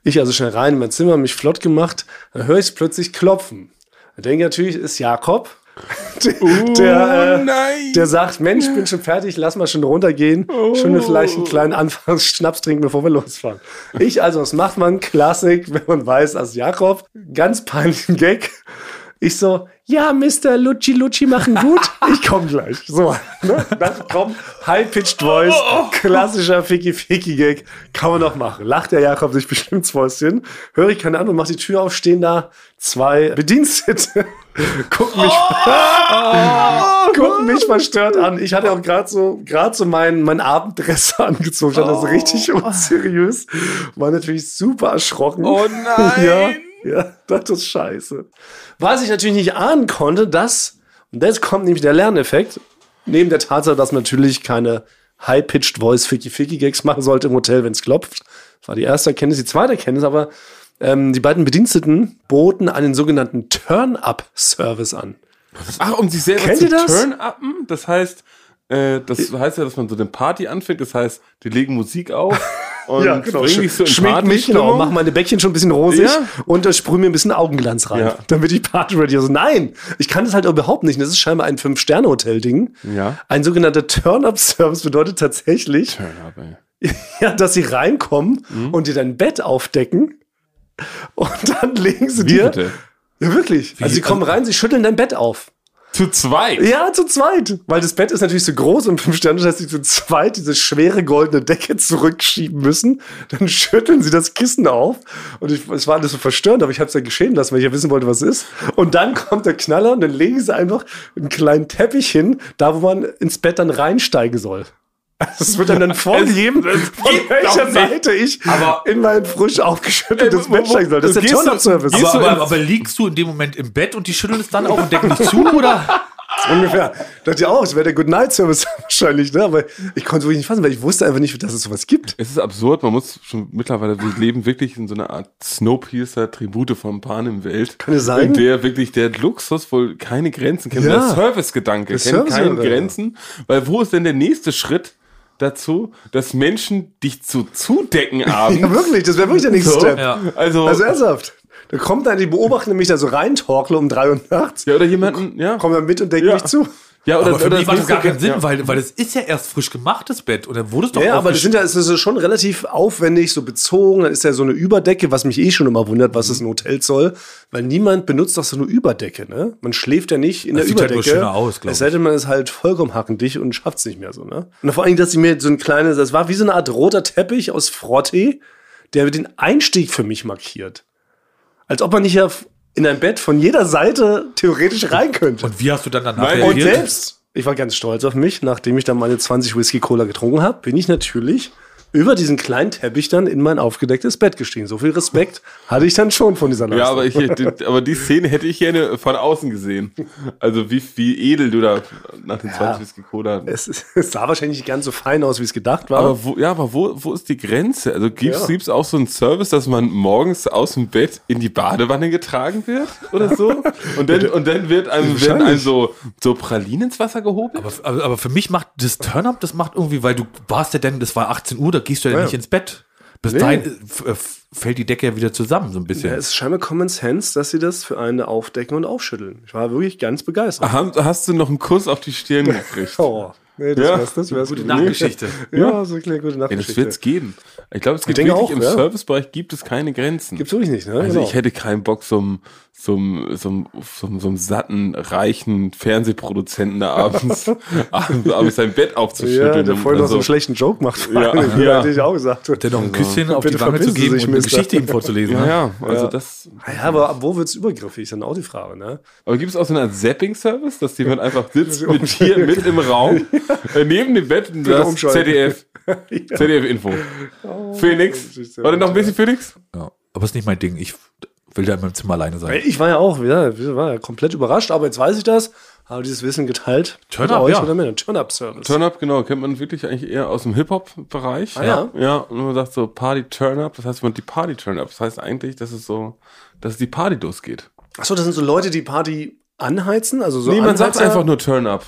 S2: Ich also schnell rein in mein Zimmer, mich flott gemacht, dann höre ich plötzlich klopfen. Da denke ich natürlich, ist Jakob. der, äh,
S4: Nein!
S2: der sagt, Mensch, bin schon fertig, lass mal schon runtergehen. Schon mir vielleicht einen kleinen Anfangs Schnaps trinken, bevor wir losfahren. Ich also, was macht man? Klassik, wenn man weiß, als Jakob, ganz peinlichen Gag. Ich so, ja, Mr. Lucci Lucci machen gut. Ich komm gleich. So, ne? Dann kommt High-Pitched Voice, klassischer Ficky-Ficky-Gag. Kann man noch machen. Lacht der Jakob sich bestimmt Fäustchen. Höre ich keine Ahnung, mach die Tür auf, stehen da zwei Bedienstete. Gucken mich,
S4: Oh,
S2: gucken mich verstört an. Ich hatte auch gerade so, gerade so meinen mein Abenddress angezogen. Ich hatte
S4: Oh.
S2: das richtig unseriös. War natürlich super erschrocken.
S4: Oh nein!
S2: Ja, ja, das ist scheiße. Was ich natürlich nicht ahnen konnte, dass, und jetzt kommt nämlich der Lerneffekt, neben der Tatsache, dass man natürlich keine high-pitched voice ficky ficky gags machen sollte im Hotel, wenn es klopft. Das war die erste Erkenntnis. Die zweite Erkenntnis, aber ähm, die beiden Bediensteten boten einen sogenannten Turn-Up-Service an.
S4: Ach, um sich selber
S2: Kennt
S4: zu
S2: ihr das?
S4: turn-uppen? Das heißt, äh, das heißt ja, dass man so eine Party anfängt. Das heißt, die legen Musik auf und bringen dich so in
S2: Schmink genau. mich, genau,
S4: Partystimmung.
S2: mach meine Bäckchen schon ein bisschen rosig
S4: Ja.
S2: und äh, sprühe mir ein bisschen Augenglanz rein,
S4: Ja.
S2: damit die Party ready ist. Nein, ich kann das halt überhaupt nicht. Das ist scheinbar ein Fünf-Sterne-Hotel-Ding.
S4: Ja.
S2: Ein sogenannter Turn-Up-Service bedeutet tatsächlich,
S4: Turn-up, ey. Mhm.
S2: ja, dass sie reinkommen und dir dein Bett aufdecken und dann legen sie dir...
S4: Bitte.
S2: Ja, wirklich. Also sie kommen rein, sie schütteln dein Bett auf.
S4: Zu zweit.
S2: Ja, zu zweit. Weil das Bett ist natürlich so groß im fünf Sterne, dass sie zu zweit diese schwere goldene Decke zurückschieben müssen. Dann schütteln sie das Kissen auf. Und ich, es war alles so verstörend, aber ich habe es ja geschehen lassen, weil ich ja wissen wollte, was es ist. Und dann kommt der Knaller und dann legen sie einfach einen kleinen Teppich hin, da wo man ins Bett dann reinsteigen soll. Also Es wird dann, dann vorgegeben, von
S4: geht doch
S2: welcher
S4: nicht.
S2: Seite ich
S4: Aber-
S2: in mein frisch aufgeschütteltes Bett steigen soll. Das ist der
S4: Gehst du-
S2: Turn-Up-Service.
S4: gehst
S3: Aber,
S4: so
S3: aber,
S4: ins-
S3: aber liegst du in dem Moment im Bett und die schütteln es dann auf und decken dich zu, oder?
S2: Ungefähr. Dachte ich auch, es wäre der Good-Night-Service wahrscheinlich, ne? Aber ich konnte es wirklich nicht fassen, weil ich wusste einfach nicht, dass es sowas gibt.
S4: Es ist absurd, man muss schon mittlerweile, wir leben wirklich in so einer Art Snowpiercer-Tribute von Panem-Welt.
S2: Kann es sein?
S4: In der wirklich der Luxus wohl keine Grenzen kennt.
S2: Ja.
S4: Der Service-Gedanke
S2: Der
S4: kennt keine
S2: Service-Gedanke, ja.
S4: Grenzen. Weil wo ist denn der nächste Schritt dazu, dass Menschen dich zu zudecken abends?
S2: Ja, wirklich, das wäre wirklich der nächste Step.
S4: Also,
S2: Also ernsthaft. Da kommt dann, die beobachten mich da so reintorkle um drei Uhr nachts,
S4: ja, oder jemanden, ja.
S2: kommen dann mit und denken
S4: Ja.
S2: mich zu.
S4: Ja, oder,
S3: Aber für
S4: oder
S3: mich macht das
S4: nächste-
S3: gar keinen Sinn,
S4: ja.
S3: weil, weil das ist ja erst frisch gemachtes Bett und dann wurde es doch
S2: Ja, aber das
S3: aufgesch-
S2: sind ja, es ist schon relativ aufwendig, so bezogen. Dann ist ja so eine Überdecke, was mich eh schon immer wundert, was es
S3: Mhm.
S2: ein Hotel soll, weil niemand benutzt doch so eine Überdecke, ne? Man schläft ja nicht in
S3: Das
S2: der
S3: sieht halt nur
S2: Überdecke.
S3: schöner aus, glaub
S2: es sei denn, man ist halt vollkommen hackendicht und schafft es nicht mehr so, ne? Und vor allem, dass sie mir so ein kleines, das war wie so eine Art roter Teppich aus Frottee, der den Einstieg für mich markiert. Als ob man nicht ja in ein Bett von jeder Seite theoretisch rein könnte.
S3: Und wie hast du dann danach
S4: Nein,
S2: Und
S3: reagiert?
S2: selbst, ich war ganz stolz auf mich, nachdem ich dann meine 20 Whisky Cola getrunken habe, bin ich natürlich über diesen kleinen Teppich dann in mein aufgedecktes Bett gestiegen. So viel Respekt hatte ich dann schon von dieser Leistung.
S4: Ja, aber, ich, die- aber die Szene hätte ich gerne von außen gesehen. Also wie, wie edel du da nach den 20 bist gekodert.
S2: es, es sah wahrscheinlich nicht ganz so fein aus, wie es gedacht war.
S4: Aber wo, ja, aber wo, wo ist die Grenze? Also gibt's
S2: Ja.
S4: gibt's auch so einen Service, dass man morgens aus dem Bett in die Badewanne getragen wird oder so? Und dann, und dann wird einem, werden einem so, so Pralinen ins Wasser gehoben?
S3: Aber, aber, aber für mich macht das Turn-Up, das macht irgendwie, weil du warst ja dann, das war 18 Uhr, da gehst du ja, nicht ins Bett. Bis dahin äh, f- äh, f- fällt die Decke ja wieder zusammen, so ein bisschen.
S2: Ja, es ist scheinbar Common Sense, dass sie das für einen aufdecken und aufschütteln. Ich war wirklich ganz begeistert.
S4: Haben- Hast du noch einen Kuss auf die Stirn gekriegt?
S2: Oh, nee, das
S4: Ja.
S2: wär's, das wär's gute
S3: Nachgeschichte.
S2: Ja, so eine kleine gute
S4: Ja, das
S2: Nachgeschichte.
S4: wird's geben. Ich glaube, es gibt
S2: denke
S4: wirklich
S2: auch,
S4: im
S2: ja.
S4: Servicebereich gibt es keine Grenzen.
S2: Gibt's wirklich nicht, ne?
S4: also
S2: Genau.
S4: ich hätte keinen Bock, so einem so einem- so einem- so einem- so einem satten, reichen Fernsehproduzenten da abends, abends, abends sein Bett aufzuschütteln.
S2: ja, der vorhin noch so
S4: Also-
S2: einen schlechten Joke macht.
S4: Ja,
S2: Ja,
S4: ja.
S2: Hätte ich auch gesagt. Also,
S3: Dennoch ein Küsschen auf
S2: bitte
S3: die Wange zu
S2: verpissen Sie
S3: geben
S2: sich,
S3: und eine
S2: Mister. Ah
S3: Geschichte ihm vorzulesen. ne?
S4: Ja, ja, also das.
S2: Ja, aber ab wo wird's übergriffig? Ist dann auch die Frage, ne?
S4: Aber gibt es auch so eine Art Zapping-Service, dass jemand einfach sitzt mit dir mit im Raum, äh, neben dem Bett und das
S2: umschalten.
S4: ZDF, ZDF-Info. Phoenix. Oder noch ein bisschen Phoenix?
S3: Ja. Aber ist nicht mein Ding. Ich will da in meinem Zimmer alleine sein.
S2: Ich war ja auch, ja, ich war ja komplett überrascht, aber jetzt weiß ich das. Habe dieses Wissen geteilt.
S3: Turn
S2: Mit
S3: up,
S2: euch
S3: ja.
S2: oder mit einem Turn-Up-Service.
S4: Turn-Up, genau, kennt man wirklich eigentlich eher aus dem Hip-Hop-Bereich.
S2: Ah, ja.
S4: Ja, und man sagt so Party-Turn-Up, das heißt man die Party-Turn-Up. Das heißt eigentlich, dass es so, dass die Party losgeht.
S2: Achso, das sind so Leute, die Party anheizen? Also so
S4: nee, man sagt
S2: Anheizer?
S4: einfach nur Turn-Up.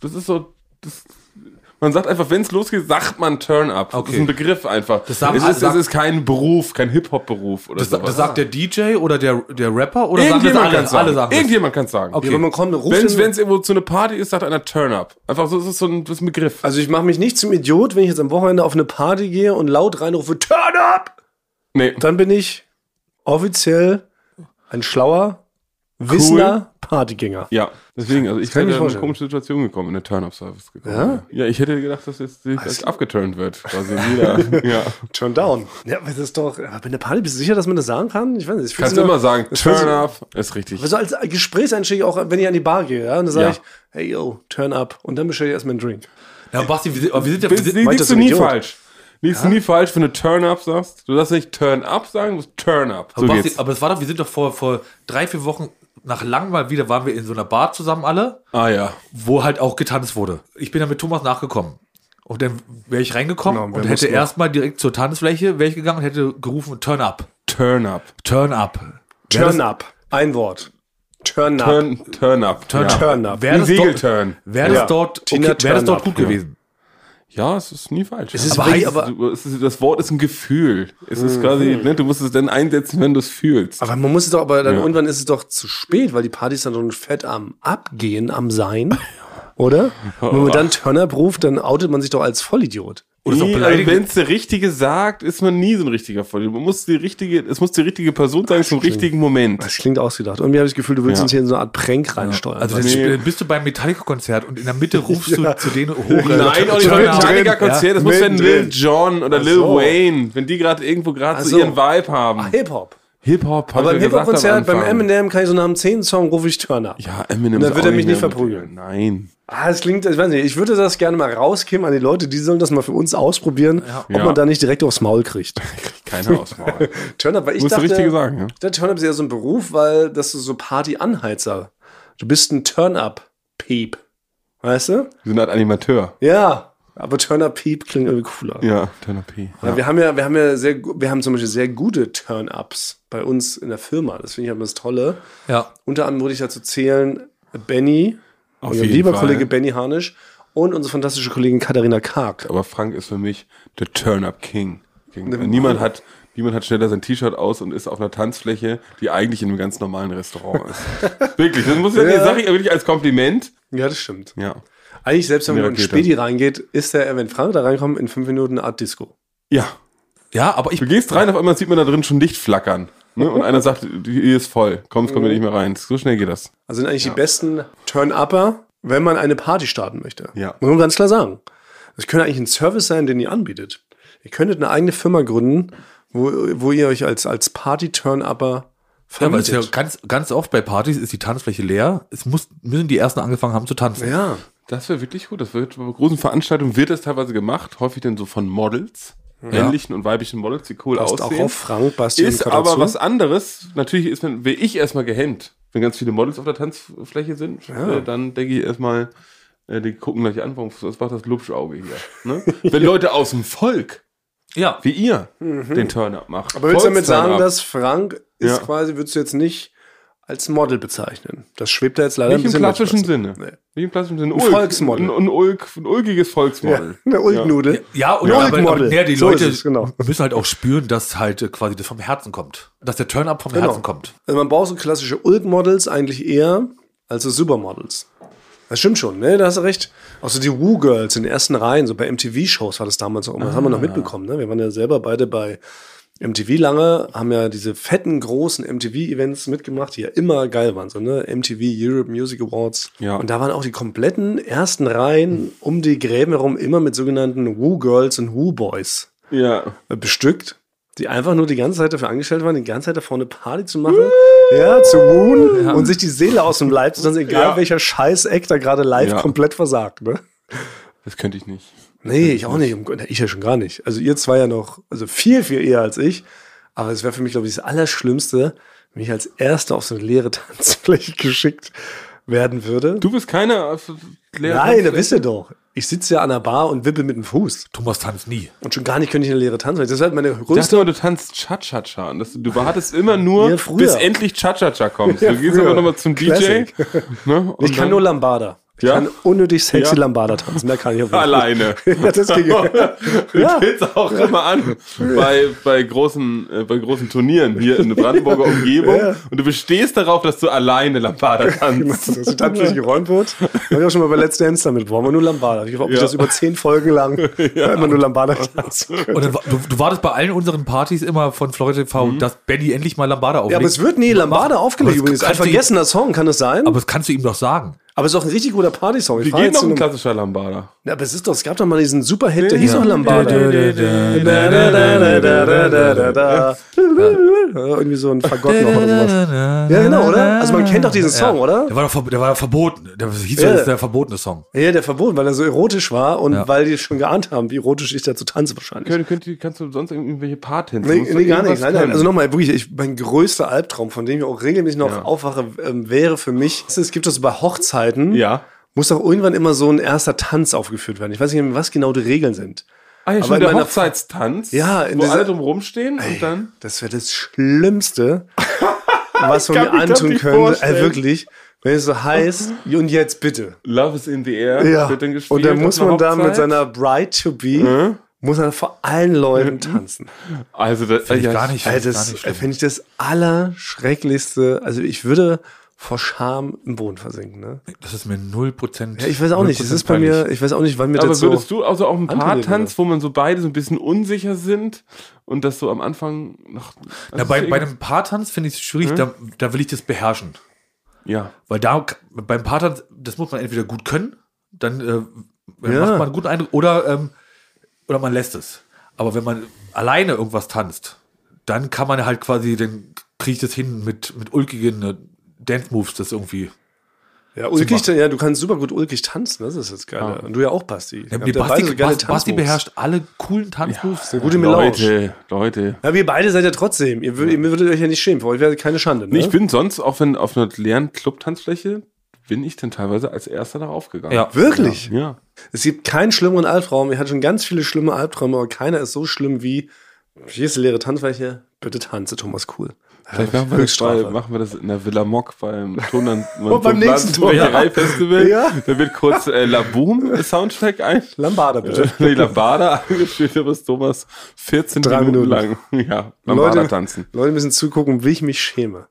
S4: Das ist so, das, man sagt einfach, wenn es losgeht, sagt man Turn-Up. Das ist
S3: Okay.
S4: ein Begriff einfach.
S3: Das sagen
S4: es,
S3: alle-
S4: ist, es ist kein Beruf, kein Hip-Hop-Beruf oder
S3: Das,
S4: sowas.
S3: das sagt der DJ oder der, der Rapper oder sagen das
S4: Irgendjemand
S3: alle?
S4: kann sagen.
S3: Alle sagen das.
S4: Irgendjemand kann sagen.
S2: Ja, wenn man kommt, ruft
S4: Wenn es
S2: den-
S4: irgendwo zu einer Party ist, sagt einer Turn-Up. Einfach so, das ist so ein, das ist ein Begriff.
S2: Also ich mache mich nicht zum Idiot, wenn ich jetzt am Wochenende auf eine Party gehe und laut reinrufe, Turn up!
S4: nee.
S2: Dann bin ich offiziell ein schlauer, wissender Partygänger.
S4: Ja, deswegen, also ich
S2: kann
S4: bin
S2: ich mir
S4: in eine
S2: vorstellen.
S4: komische Situation gekommen, in der Turn-Up-Service gekommen. Ja? ja, ich hätte gedacht, dass jetzt die- dass abgeturnt wird. Quasi wieder. ja.
S2: Turn down. Ja, aber das ist doch, aber bei einer Party bist du sicher, dass man das sagen kann? Ich weiß nicht. ich
S4: Kannst
S2: fühl's
S4: immer
S2: nur-
S4: sagen,
S2: das fühlst du-
S4: Turn-Up ist richtig.
S2: Also als Gesprächseinstieg, auch wenn ich an die Bar gehe, ja, und dann sage
S4: Ja.
S2: ich, hey yo, turn up. Und dann bestelle ich erstmal einen Drink.
S3: Ja, Basti, wir sind, aber wir sind ja. Wir
S4: Bist-
S3: sind,
S4: li-
S2: meint das
S4: Liegst du
S2: ein
S4: nie
S2: Idiot?
S4: falsch. Liegst du nie falsch, wenn du Turn-Up sagst. Du darfst nicht Turn-Up sagen, du musst Turn-Up. So
S3: aber, Basti,
S4: geht's.
S3: aber es war doch, wir sind doch vor, vor drei, vier Wochen nach langem mal wieder, waren wir in so einer Bar zusammen alle.
S4: Ah ja.
S3: wo halt auch getanzt wurde. Ich bin dann mit Thomas nachgekommen. Und dann wäre ich reingekommen
S2: Genau, wir
S3: und hätte
S2: mussten noch-
S3: erstmal direkt zur Tanzfläche wäre ich gegangen und hätte gerufen, turn up,
S4: Turn-Up.
S3: turn up.
S2: Turn up. Ein Wort. Turn up.
S4: Turn- Turn-Up. Turn ja.
S2: Ah. Turn up.
S3: Wäre
S4: Ein
S3: das, dort-
S4: Segelturn.
S3: wär das
S2: Ja.
S3: dort, okay,
S2: Tina,
S3: wär das
S2: turn
S3: dort
S2: up, genau.
S3: gut
S2: ja.
S3: gewesen?
S4: Ja, es ist nie falsch.
S2: Es ist
S3: Aber
S2: wirklich-
S3: heißt-
S2: aber,
S4: du, es ist, das Wort ist ein Gefühl. Es ist quasi, ne, du musst es dann einsetzen, wenn du es fühlst.
S2: Aber man muss es doch, aber dann
S4: Ja.
S2: irgendwann ist es doch zu spät, weil die Partys dann schon fett am Abgehen, am Sein, oder? Und wenn man dann Turner ruft, dann outet man sich doch als Vollidiot.
S3: ist doch beleidigend.
S4: Wenn es der Richtige sagt, ist man nie so ein richtiger Vollidiot. Man muss die richtige, es muss die richtige Person sein zum richtigen Moment.
S2: Das klingt ausgedacht. Und mir habe ich das Gefühl, du willst
S4: Ja.
S2: uns hier in so eine Art Prank reinsteuern.
S3: Also dann
S4: Nee.
S3: sp- bist du beim Metallica-Konzert und in der Mitte rufst du zu denen hoch. äh,
S4: Nein, auch nicht
S3: turn
S4: beim
S3: up.
S4: Metallica-Konzert. Das muss wenn
S2: Mittendrin.
S4: Lil John oder Lil
S2: so.
S4: Wayne, wenn die gerade irgendwo gerade so.
S2: so.
S4: ihren Vibe haben.
S2: Hip-Hop.
S4: Hip-Hop, hab
S2: Aber beim
S4: ich ja gesagt am
S2: Hip-Hop-Konzert, beim
S4: Anfang.
S2: Eminem kann ich so nach einem 10-Song rufe ich Turner.
S4: Ja, Eminem.
S2: Dann
S4: ist
S2: wird
S4: auch
S2: er mich nicht
S4: mehr-
S2: verprügeln.
S4: Nein.
S2: Ah, es klingt, ich weiß nicht, ich würde das gerne mal rauskimmen an die Leute, die sollen das mal für uns ausprobieren, ob
S4: Ja.
S2: man da nicht direkt aufs Maul kriegt.
S4: Keine Auswahl.
S2: Turn-up, weil ich
S4: Musst du
S2: dachte,
S4: richtige sagen, ja.
S2: ich dachte, Turn-up ist ja so ein Beruf, weil das ist so Party-Anheizer. Du bist ein Turn-up-Piep. Weißt du?
S4: Wir sind halt Animateur.
S2: Ja. Aber Turn-up-Piep klingt irgendwie cooler.
S4: Ja, Turner P.
S2: Weil Wir haben ja, wir haben ja sehr, gu- wir haben zum Beispiel sehr gute Turn-ups bei uns in der Firma. Das finde ich halt das Tolle.
S3: Ja.
S2: Unter anderem würde ich dazu zählen, Benny, unser
S4: jeden
S2: lieber
S4: Fall.
S2: Kollege Benny Harnisch und unsere fantastische Kollegin Katharina Karg.
S4: Aber Frank ist für mich der Turn-Up-King. King. Niemand hat, niemand hat schneller sein T-Shirt aus und ist auf einer Tanzfläche, die eigentlich in einem ganz normalen Restaurant ist. wirklich, das muss ich, das sag ich wirklich als Kompliment.
S2: Ja, das stimmt.
S4: Ja.
S2: Eigentlich, selbst wenn
S4: Eine
S2: man in
S4: Rakete.
S2: Spedi reingeht, ist der, wenn Frank da reinkommt, in fünf Minuten eine Art Disco.
S4: Ja.
S3: Ja, aber ich
S4: Du gehst rein, auf einmal sieht man da drin schon Licht flackern. Ne? Und einer sagt, hier ist voll. Komm, es kommt ja nicht mehr rein. So schnell geht das.
S2: Also sind eigentlich die besten Turn-Upper, wenn man eine Party starten möchte.
S4: Ja.
S2: Muss man ganz klar sagen. Das könnte eigentlich ein Service sein, den ihr anbietet. Ihr könntet eine eigene Firma gründen, wo, wo ihr euch als, als Party-Turn-Upper
S3: Ja, weil es
S2: vermietet.
S3: ja ganz, ganz oft bei Partys ist die Tanzfläche leer. Es muss, müssen die ersten angefangen haben zu tanzen.
S2: ja.
S4: Das wäre wirklich gut. Das wird bei großen Veranstaltungen wird das teilweise gemacht, häufig dann so von Models. männlichen und weiblichen Models, die cool
S2: Passt auch
S4: aussehen.
S2: auf Frank, Bastian
S4: ist
S2: gehört
S4: aber
S2: dazu.
S4: was anderes. Natürlich ist man, will ich erstmal gehemmt. Wenn ganz viele Models auf der Tanzfläche sind, äh, dann denke ich erstmal, äh, die gucken gleich an, warum was macht das Lubschauge hier? Ne? Wenn Leute aus dem Volk,
S3: Ja.
S4: wie ihr, den Turn-Up machen.
S2: Mhm. Aber willst du damit
S4: Volks-Turn-Up.
S2: sagen, dass Frank ist
S4: Ja.
S2: quasi, würdest du jetzt nicht als Model bezeichnen? Das schwebt da jetzt leider
S4: Nicht
S2: ein
S4: im
S2: bisschen
S4: klassischen
S2: durch.
S4: Sinne. Nicht im klassischen Sinne. Ein
S2: Volksmodel.
S4: Ein, ein, Ulk, ein ulkiges
S2: Ja,
S4: Volksmodel.
S2: eine Ulknudel.
S3: Ja, und
S2: Ein
S3: aber, aber
S2: Ulkmodel.
S3: mehr die
S2: So
S3: Leute
S2: ist es, genau.
S3: müssen halt auch spüren, dass halt äh, quasi das vom Herzen kommt. Dass der Turn-up vom Herzen kommt.
S2: Also man braucht so klassische Ulk-Models eigentlich eher als so Supermodels. Das stimmt schon, ne? Da hast du recht. Auch so die Woo-Girls in den ersten Reihen, so bei MTV-Shows war das damals auch immer. Das haben wir
S3: Ah.
S2: noch mitbekommen, ne? Wir waren ja selber beide bei MTV lange, haben ja diese fetten, großen MTV-Events mitgemacht, die ja immer geil waren, so, ne? MTV Europe Music Awards.
S4: Ja.
S2: Und da waren auch die kompletten ersten Reihen um die Gräben herum immer mit sogenannten Woo-Girls und Woo-Boys
S4: Ja.
S2: bestückt, die einfach nur die ganze Zeit dafür angestellt waren, die ganze Zeit da vorne Party zu machen, ja, zu wohnen und sich die Seele aus dem Leib zu tanzen, egal welcher Scheiß-Eck da gerade live
S4: Ja.
S2: komplett versagt, ne?
S4: Das könnte ich nicht.
S2: Nee, ich auch nicht. Um Gott, Ich ja schon gar nicht. Also ihr zwei ja noch, also viel, viel eher als ich. Aber es wäre für mich, glaube ich, das Allerschlimmste, wenn ich als Erster auf so eine leere Tanzfläche geschickt werden würde.
S4: Du bist äh, keiner auf leer.
S2: Nein, da wisst ihr doch. Ich sitze ja an der Bar und wippe mit dem Fuß.
S3: Thomas tanzt nie.
S2: Und schon gar nicht könnte ich eine leere Tanzfläche. Das ist halt meine
S4: Ich
S2: größte
S4: dachte immer, du tanzt Cha-Cha-Cha. Und das- Du hattest immer nur,
S2: Ja, früher.
S4: bis endlich Cha-Cha-Cha kommst.
S2: Ja,
S4: du gehst
S2: früher.
S4: aber nochmal zum DJ.
S2: Classic.
S4: Ne? Und
S2: Ich kann
S4: dann-
S2: nur Lambada. Ich
S4: Ja?
S2: kann unnötig sexy
S4: Ja.
S2: Lambada tanzen. Da kann ich auch
S4: Alleine.
S2: ja, das ging.
S4: ja. auch immer an bei, bei, großen, äh, bei großen Turnieren hier in der Brandenburger Umgebung. Und du bestehst darauf, dass du alleine Lambada
S2: Genau.
S4: kannst.
S2: Dass die Tanzfläche geräumt wird. Habe ich auch schon mal bei Let's Dance damit. Brauchen wir nur Lambada. Ich hoffe, ob ich
S4: Ja.
S2: das über zehn Folgen lang immer nur Lambada tanzen kann.
S3: Und dann, wa- du, du wartest bei allen unseren Partys immer von Florida TV, dass Benny endlich mal Lambada auflegt.
S2: Mhm. Ja, aber es wird nie Lambada aufgelegt
S3: Aber es
S2: übrigens. Ein
S3: kannst du-
S2: vergessener Song, kann das sein?
S3: aber das kannst du ihm doch sagen.
S2: Aber es ist auch ein richtig guter Party-Song. Ich
S4: Wie
S2: fahr jetzt
S4: geht noch
S2: zu
S4: ein
S2: einem-
S4: klassischer Lambada?
S2: Ja, aber es ist doch, es gab doch mal diesen Superhit, der hieß auch Lambada. Irgendwie so ein Fagott noch oder sowas. Ja, genau, oder? Also man kennt doch diesen Song,
S3: ja.
S2: oder?
S3: Der war doch ver- der war doch verboten. Der hieß
S2: Ja.
S3: ja. das ist der verbotene Song.
S2: Ja, der verboten, weil er so erotisch war und
S3: Ja.
S2: weil die schon geahnt haben, wie erotisch ich dazu tanze wahrscheinlich.
S4: Könnt, könnt, ihr- kannst du sonst irgendwelche Paartänze?
S2: Nee,
S4: Musst du
S2: nee, gar nicht.
S4: irgendwas
S2: Nein, nein.
S4: können?
S2: Also nochmal, wirklich, ich, mein größter Albtraum, von dem ich auch regelmäßig noch aufwache, ähm, wäre für mich, es gibt das bei Hochzeiten,
S4: Ja.
S2: muss doch irgendwann immer so ein erster Tanz aufgeführt werden. Ich weiß nicht, was genau die Regeln sind.
S4: Ah, ja,
S2: Aber
S4: schon
S2: in
S4: der
S2: meiner-
S4: Hochzeitstanz.
S2: Ja, in
S4: wo
S2: dieser-
S4: alle drum rumstehen und dann.
S2: Das wäre das Schlimmste, was man
S4: kann
S2: mir
S4: mir das
S2: antun
S4: nicht
S2: könnte.
S4: vorstellen.
S2: Äh, wirklich, wenn es so heißt, und jetzt bitte.
S4: Love is in the air. wird dann gespielt
S2: Und dann
S4: auf
S2: muss
S4: einer
S2: man da mit
S4: Hochzeit. Äh?
S2: seiner Bride to be, muss er vor allen Leuten tanzen.
S4: Also, das,
S3: Finde ich
S4: ja,
S3: gar nicht, finde
S2: Alter,
S3: ich gar
S2: das
S3: nicht schlimm.
S2: finde ich das Allerschrecklichste. Also ich würde vor Scham im Boden versinken. Ne?
S3: Das ist mir 0%.
S2: Ja, ich weiß auch nicht. Das ist bei mir, ich weiß auch nicht, wann mir
S4: Aber
S2: das so...
S4: würdest du also auch ein
S2: Antrieb
S4: paar Tanz,
S2: oder?
S4: wo man so beide so ein bisschen unsicher sind und das so am Anfang noch.
S3: Na, bei, bei einem Paartanz finde ich es schwierig,
S2: Mhm.
S3: da, da will ich das beherrschen.
S4: ja.
S3: Weil da k- beim Paartanz, das muss man entweder gut können, dann äh,
S2: Ja.
S3: macht man einen guten Eindruck oder, ähm, oder man lässt es. Aber wenn man alleine irgendwas tanzt, dann kann man halt quasi, dann kriege ich das hin mit, mit ulkigen äh, Dance-Moves, das irgendwie.
S2: ja, ulkig, ja, du kannst super gut ulkig tanzen. Das ist jetzt geil. Und du ja auch, Basti. Ihr habt
S3: Nee,
S2: ja
S3: Basti,
S2: beide so geile
S3: Bas- Basti
S2: Tanzmoves.
S3: beherrscht alle coolen Tanzmoves.
S2: Eine gute Melange.
S4: Leute, Leute.
S2: Ja, wir beide seid ja trotzdem. Ihr, wür- ihr würdet euch ja nicht schämen. Für euch wäre keine Schande. Ne?
S4: Nee, ich bin sonst, auch wenn auf einer leeren Clubtanzfläche, bin ich dann teilweise als erster darauf gegangen.
S3: Ja.
S2: Wirklich?
S4: Ja.
S2: Es gibt keinen schlimmeren Albtraum. Ich hatte schon ganz viele schlimme Albträume, aber keiner ist so schlimm wie, hier ist die leere Tanzfläche, bitte tanze, Thomas Cool.
S4: Vielleicht machen wir, das
S2: Höchststrafe.
S4: bei, machen wir das in der Villa Mock beim Tonan
S2: Und beim nächsten
S4: Festival.
S2: Ja.
S4: Da wird kurz äh, La Boom Soundtrack ein.
S2: Lambada bitte.
S4: Die Lambada angespielt, da ist Thomas 14
S2: Drei
S4: Minuten,
S2: Minuten.
S4: lang. Ja, Lambada tanzen.
S2: Leute müssen zugucken, wie ich mich schäme.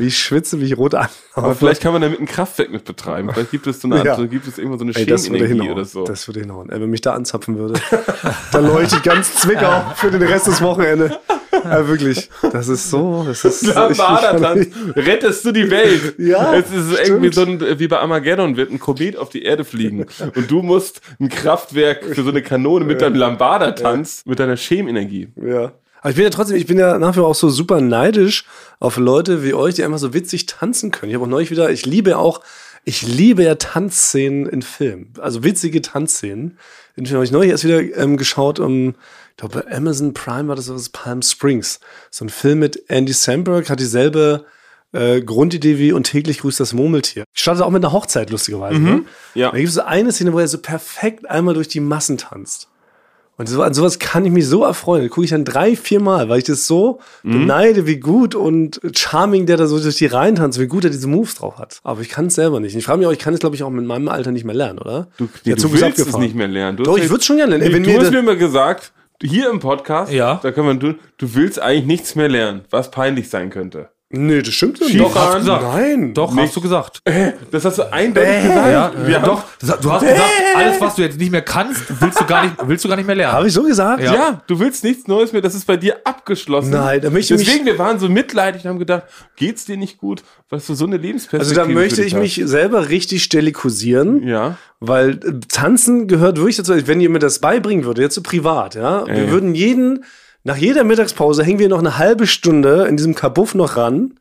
S2: Wie ich schwitze, wie ich rot an.
S4: Aber vielleicht kann man damit ein Kraftwerk mit betreiben. Vielleicht gibt es so eine,
S2: Ja.
S4: so, gibt es irgendwo so eine
S2: Ey, das würde
S4: Schämenenergie
S2: hinhauen.
S4: oder so.
S2: Das würde hinhauen. Ey, wenn mich da anzapfen würde, dann leuchtet ganz Zwickau für den Rest des Wochenende. Ja, wirklich. Das ist so. Das ist
S4: Lambada-Tanz, rettest du die Welt.
S2: Ja,
S4: es ist irgendwie so ein, wie bei Armageddon wird ein Komet auf die Erde fliegen und du musst ein Kraftwerk für so eine Kanone mit deinem Lambada-Tanz, mit deiner Schemenenergie.
S2: Ja. Aber ich bin ja trotzdem, ich bin ja nach wie vor auch so super neidisch auf Leute wie euch, die einfach so witzig tanzen können. Ich habe auch neulich wieder, ich liebe ja auch, ich liebe ja Tanzszenen in Filmen. Also witzige Tanzszenen. In Filmen habe ich neulich erst wieder ähm, geschaut, um, glaube, bei Amazon Prime war das so was Palm Springs. So ein Film mit Andy Samberg hat dieselbe äh, Grundidee wie und täglich grüßt das Murmeltier. Startet auch mit einer Hochzeit, lustigerweise. Ne?
S4: Ja.
S2: Da gibt es so eine Szene, wo er so perfekt einmal durch die Massen tanzt. Und so, an sowas kann ich mich so erfreuen. Gucke ich dann drei, vier Mal, weil ich das so
S4: Mhm.
S2: beneide, wie gut und charming der da so durch die Reihen tanzt, wie gut er diese Moves drauf hat. Aber ich kann es selber nicht. Ich frage mich auch, ich kann es, glaube ich, auch mit meinem Alter nicht mehr lernen, oder?
S4: Du,
S2: Der
S4: nee, du
S2: Zug ist
S4: willst es
S2: abgefahren.
S4: nicht mehr lernen. Du
S2: Doch,
S4: hast
S2: ich
S4: ja-
S2: würd's schon gerne lernen. Ey,
S4: Nee,
S2: wenn
S4: du
S2: mir
S4: hast
S2: das-
S4: mir immer gesagt, hier im Podcast,
S3: Ja.
S4: da kann man, du, du willst eigentlich nichts mehr lernen, was peinlich sein könnte.
S2: Nee, das stimmt nicht.
S4: Doch, hast du gesagt.
S2: Nein.
S3: Doch, hast du gesagt.
S4: Das hast du eindeutig gesagt.
S3: Ja, ja, doch. Du hast gesagt, alles, was du jetzt nicht mehr kannst, willst du gar nicht, willst du gar nicht mehr lernen.
S2: Habe ich so gesagt?
S4: Ja. du willst nichts Neues mehr, das ist bei dir abgeschlossen.
S2: Nein, da möchte ich mich-
S4: Deswegen, wir waren so mitleidig und haben gedacht, geht's dir nicht gut, weil du so eine
S2: Also
S4: Lebensperspektive
S2: da möchte
S4: für
S2: ich
S4: dich
S2: mich selber richtig stelikusieren.
S4: hast. Ja.
S2: Weil äh, tanzen gehört wirklich dazu, wenn ihr mir das beibringen würdet, jetzt so privat, ja. Wir
S4: ja.
S2: würden jeden, nach jeder Mittagspause hängen wir noch eine halbe Stunde in diesem Kabuff noch ran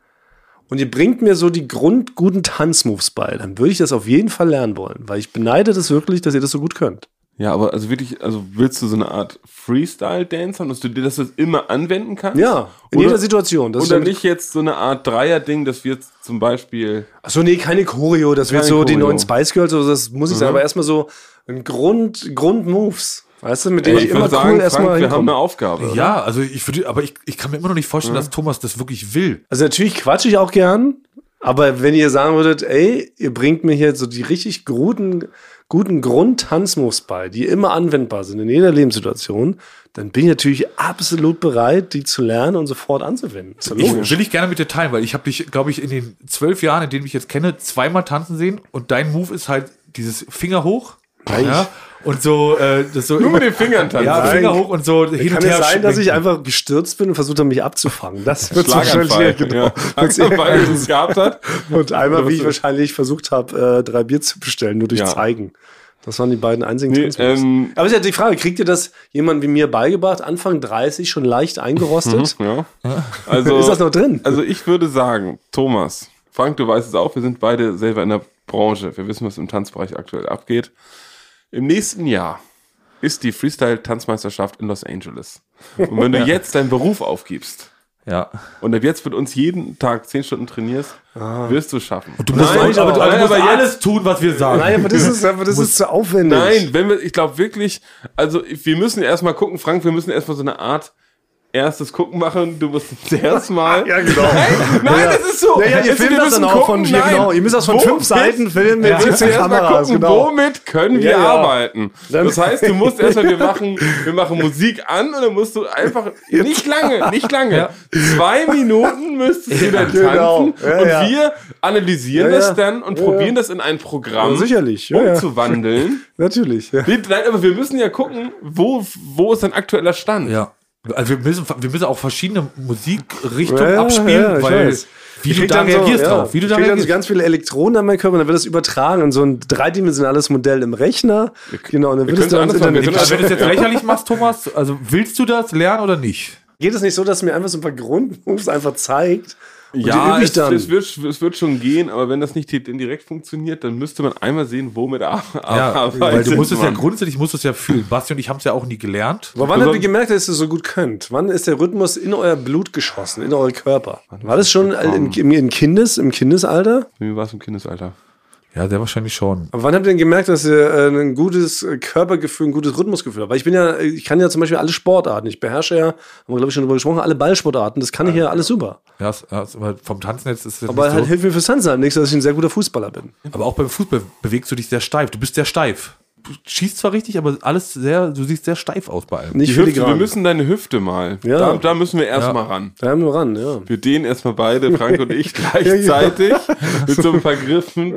S2: und ihr bringt mir so die grundguten Tanzmoves bei. Dann würde ich das auf jeden Fall lernen wollen, weil ich beneide das wirklich, dass ihr das so gut könnt.
S4: Ja, aber also wirklich, also willst du so eine Art Freestyle-Dance haben, dass du dir das jetzt immer anwenden kannst?
S2: Ja, in
S4: Oder-
S2: jeder Situation. Das ist
S4: Oder
S2: damit-
S4: nicht jetzt so eine Art Dreier-Ding, dass wir jetzt zum Beispiel.
S2: Ach so, nee, keine Choreo, das wird
S4: Keine
S2: so die
S4: Choreo. Mhm.
S2: neuen Spice Girls, also das muss ich sagen, aber erstmal so ein Grund, Grundmoves. Weißt du, mit denen ich
S4: würde
S2: immer cool erstmal
S4: wir haben
S2: hinkomme.
S4: eine Aufgabe. oder?
S3: Ja, also ich würde, aber ich, ich kann mir immer noch nicht vorstellen, dass Thomas das wirklich will.
S2: Also natürlich quatsche ich auch gern, aber wenn ihr sagen würdet, ey, ihr bringt mir hier so die richtig guten, guten Grundtanzmoves bei, die immer anwendbar sind in jeder Lebenssituation, dann bin ich natürlich absolut bereit, die zu lernen und sofort anzuwenden. Ist ja
S3: Ich
S2: logisch.
S3: will ich gerne mit dir teilen, weil ich habe dich, glaube ich, in den zwölf Jahren, in denen ich jetzt kenne, zweimal tanzen sehen und dein Move ist halt dieses Finger hoch. Ja, und so, äh, das so
S4: Nur
S3: immer,
S4: mit den Fingern tanzen.
S3: ja,
S2: Nein.
S3: Finger hoch und so hin
S2: Kann es sein, dass
S3: schwenken.
S2: ich einfach gestürzt bin und versucht habe, mich abzufangen? Das wird
S4: Schlaganfall.
S2: wahrscheinlich genau.
S4: Ja. Schlaganfall, den es gehabt hat.
S2: Und einmal, wie ich wahrscheinlich versucht habe, äh, drei Bier zu bestellen, nur durch
S4: Ja.
S2: Zeigen. Das waren die beiden einzigen
S4: Nee,
S2: Tanzmoves.
S4: ähm,
S2: Aber ist ja die Frage, kriegt ihr das jemand wie mir beigebracht, Anfang 30, schon leicht eingerostet?
S4: Mhm, Ja. Also,
S2: Ist das noch drin?
S4: Also ich würde sagen, Thomas, Frank, du weißt es auch, wir sind beide selber in der Branche. Wir wissen, was im Tanzbereich aktuell abgeht. Im nächsten Jahr ist die Freestyle-Tanzmeisterschaft in Los Angeles. Und wenn du jetzt deinen Beruf aufgibst
S3: Ja.
S4: und ab jetzt mit uns jeden Tag zehn Stunden trainierst,
S2: Ah.
S4: wirst du es schaffen.
S3: Du musst,
S2: Nein,
S3: aber, du,
S4: aber-
S3: aber du musst
S4: aber jetzt-
S3: alles tun, was wir sagen.
S2: Nein, aber das ist, aber das ist zu aufwendig.
S4: Nein, wenn wir, ich glaube wirklich, also wir müssen erstmal gucken, Frank, wir müssen erstmal so eine Art erstes Gucken machen. Du musst zuerst mal.
S2: Ja, genau.
S4: Nein, nein, das ist so.
S2: Ja, ja, ihr
S4: Also, wir
S2: filmt das
S4: müssen
S2: dann auch von,
S4: gucken,
S2: ja,
S4: nein.
S2: genau. Ihr müsst das von fünf
S4: Womit-
S2: Seiten filmen mit
S4: Wir müssen
S2: 17
S4: erstmal
S2: Kameras,
S4: gucken,
S2: genau.
S4: womit können wir
S2: Ja, ja.
S4: arbeiten.
S2: Dann-
S4: das heißt, du musst erstmal, wir machen, wir machen Musik an und dann musst du einfach, nicht lange, nicht lange, zwei Minuten müsstest du dann
S2: Genau.
S4: tanzen
S2: Ja,
S4: und
S2: ja.
S4: wir analysieren
S2: Ja,
S4: das
S2: ja.
S4: dann und
S2: Ja, ja.
S4: probieren das in ein Programm
S2: Ja, sicherlich. Ja, ja.
S4: umzuwandeln.
S2: Natürlich. Ja.
S4: Wir, nein, aber wir müssen ja gucken, wo, wo ist dein aktueller Stand?
S3: Ja. Also wir müssen, wir müssen auch verschiedene Musikrichtungen
S2: Ja,
S3: abspielen,
S2: ja, ich
S3: weil
S2: weiß.
S3: wie
S2: Ich
S3: du
S2: krieg
S3: da
S2: dann so-
S3: reagierst
S2: ja,
S3: drauf. Wie du
S2: ich
S3: da
S2: krieg dann so
S3: reagierst.
S2: ganz viele Elektronen an meinen Körper, dann wird das übertragen in so ein dreidimensionales Modell im Rechner. Genau, und dann wird es
S4: könnt's
S2: dann ins
S4: anders machen.
S2: Internet.
S4: Wir
S3: Also
S4: können-
S3: wenn du es jetzt lächerlich machst, Thomas, also willst du das lernen oder nicht?
S2: Geht es nicht so, dass mir einfach so ein paar Grundmoves einfach zeigt? Und die
S4: Ja,
S2: übe ich
S4: es,
S2: dann.
S4: es, wird, es wird schon gehen, aber wenn das nicht direkt funktioniert, dann müsste man einmal sehen, womit er
S3: Ja,
S4: arbeitet.
S3: weil du musst es ja
S4: man.
S3: grundsätzlich musst du es ja fühlen. Basti und ich haben es ja auch nie gelernt.
S2: Aber wann habt ihr gemerkt, dass ihr so gut könnt? Wann ist der Rhythmus in euer Blut geschossen, in euren Körper? War das schon im, im, im, Kindes, im Kindesalter?
S4: Wie war es im Kindesalter?
S3: Ja, sehr wahrscheinlich schon.
S2: Aber wann habt ihr denn gemerkt, dass ihr äh, ein gutes äh, Körpergefühl, ein gutes Rhythmusgefühl habt? Weil ich bin ja, ich kann ja zum Beispiel alle Sportarten. Ich beherrsche ja, haben wir glaube ich schon drüber gesprochen, alle Ballsportarten. Das kann ich ja alles super.
S3: Ja, es- ja, es- aber vom Tanzen jetzt ist es jetzt
S2: Aber
S3: nicht
S2: halt
S3: so.
S2: hilft mir fürs Tanzen halt nichts, dass ich ein sehr guter Fußballer bin.
S3: Aber auch beim Fußball bewegst du dich sehr steif. Du bist sehr steif. Du schießt zwar richtig, aber alles sehr, du siehst sehr steif aus bei allem.
S2: Nicht
S4: Die Hüfte, wir
S2: filigran.
S4: müssen deine Hüfte mal.
S2: Ja.
S4: Da, da müssen wir erstmal ran.
S2: Da haben wir ran, ja.
S4: Wir dehnen erstmal beide, Frank und ich, gleichzeitig mit so ein paar Griffen.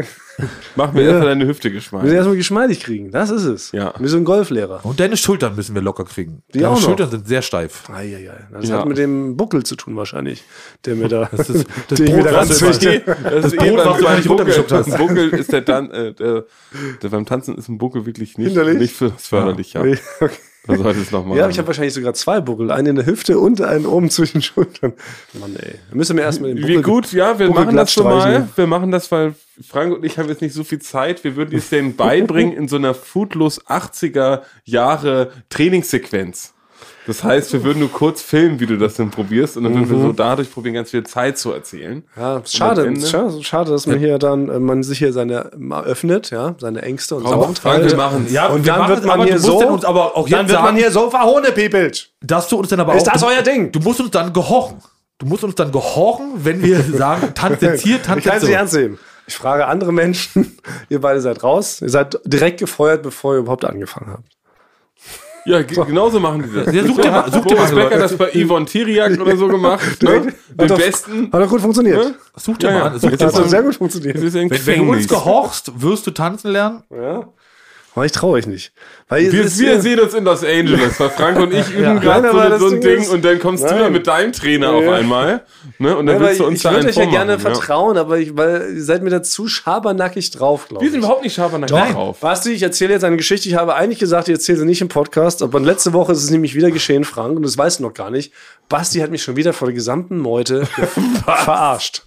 S4: Machen wir erstmal deine Hüfte
S2: Wir müssen
S4: geschmeidig.
S2: erstmal geschmeidig kriegen. Das ist es.
S4: Ja.
S2: Wie so ein Golflehrer.
S3: Und deine Schultern müssen wir locker kriegen.
S2: Die
S3: deine
S2: auch noch.
S3: Schultern sind sehr steif.
S2: Eieiei. Das
S4: Ja.
S2: hat mit dem Buckel zu tun wahrscheinlich, der mir da, das
S3: ist- das
S2: den ich mir
S3: Brot,
S2: da
S3: was du
S2: ranzüchte.
S4: Das, ist eh
S3: Brot, was du gar nicht runtergeschluckt hast.
S4: Buckel ist der, Tan äh, der, der beim Tanzen ist ein Buckel wirklich nicht,
S2: Hinderlich?
S4: nicht für förderlich. Ja.
S2: Okay.
S4: Da
S3: Also,
S4: sollte es nochmal.
S2: Ja, aber ich habe wahrscheinlich sogar zwei Buckel. Einen in der Hüfte und einen oben zwischen den Schultern. Mann, ey. Da müssen wir erstmal den Buckel.
S4: Wie gut, ja, wir
S2: Buckel
S4: machen das schon
S2: glattstreichen.
S4: mal. Wir machen das, weil Frank und ich haben jetzt nicht so viel Zeit. Wir würden es denen beibringen in so einer Foodlos 80er Jahre Trainingssequenz. Das heißt, wir würden nur kurz filmen, wie du das denn probierst, und dann würden
S3: Mhm.
S4: wir so dadurch probieren, ganz viel Zeit zu erzählen.
S2: Ja, ist schade,
S4: Am
S2: ist
S4: Ende-
S2: schade, schade, dass man hier dann, äh, man sich hier seine, mal öffnet, ja, seine Ängste und
S4: Komm, Frank, wir
S2: Sorgenteile.
S4: machen's.
S3: Ja,
S2: Und
S3: wir
S2: dann
S3: machen
S2: wird
S3: es,
S2: man
S3: aber
S2: hier
S3: du musst
S2: so,
S3: denn uns aber auch
S2: dann
S3: jetzt
S2: wird man
S3: sagen-
S2: hier so verhohnepepelt.
S3: Dass du uns dann aber
S2: Ist
S3: auch,
S2: das
S3: du,
S2: euer Ding?
S3: Du musst uns dann gehorchen. Du musst uns dann gehorchen, wenn wir sagen, tanz jetzt hier, tanz
S2: Ich kann
S3: jetzt
S2: es
S3: so.
S2: nicht ernst nehmen. Ich frage andere Menschen, ihr beide seid raus, ihr seid direkt gefeuert, bevor ihr überhaupt angefangen habt.
S4: Ja, ge- genauso machen die das.
S3: Ja, such dir mal- such dir mal
S4: Boris
S3: Leute.
S4: Becker das bei Yvonne Tiriak oder so gemacht. Ne? Den
S2: Hat doch-
S4: besten.
S2: Hat doch gut funktioniert.
S4: Ne?
S3: Such dir
S4: Ja,
S3: mal
S4: ja.
S3: an. Also Such dir
S2: Das
S3: mal
S2: hat
S3: an.
S2: sehr gut funktioniert.
S4: Das ist ein
S3: Wenn, wenn du uns
S4: Gefängnis.
S3: gehorchst, wirst du tanzen lernen.
S2: Aber ich traue euch nicht. Weil es
S4: Wir,
S2: ist-
S4: wir sehen uns in Los Angeles, weil Frank und ich üben
S2: Nein,
S4: gerade
S2: aber das
S4: so, so ein
S2: Ding
S4: Ding
S2: ist-
S4: und dann kommst
S2: Nein.
S4: du da mit deinem Trainer auf
S2: Ja.
S4: einmal. Ne? Und dann
S2: weil
S4: willst du uns
S2: ich
S4: da
S2: würde
S4: einen
S2: euch ja gerne
S4: vormachen,
S2: vertrauen, aber ich, weil ihr seid mir da zu schabernackig drauf, glaube
S4: Wir
S2: ich.
S4: sind überhaupt nicht schabernackt drauf.
S2: Basti, ich erzähle jetzt eine Geschichte. Ich habe eigentlich gesagt, ich erzähle sie nicht im Podcast, aber letzte Woche ist es nämlich wieder geschehen, Frank, und das weißt du noch gar nicht. Basti hat mich schon wieder vor der gesamten Meute verarscht.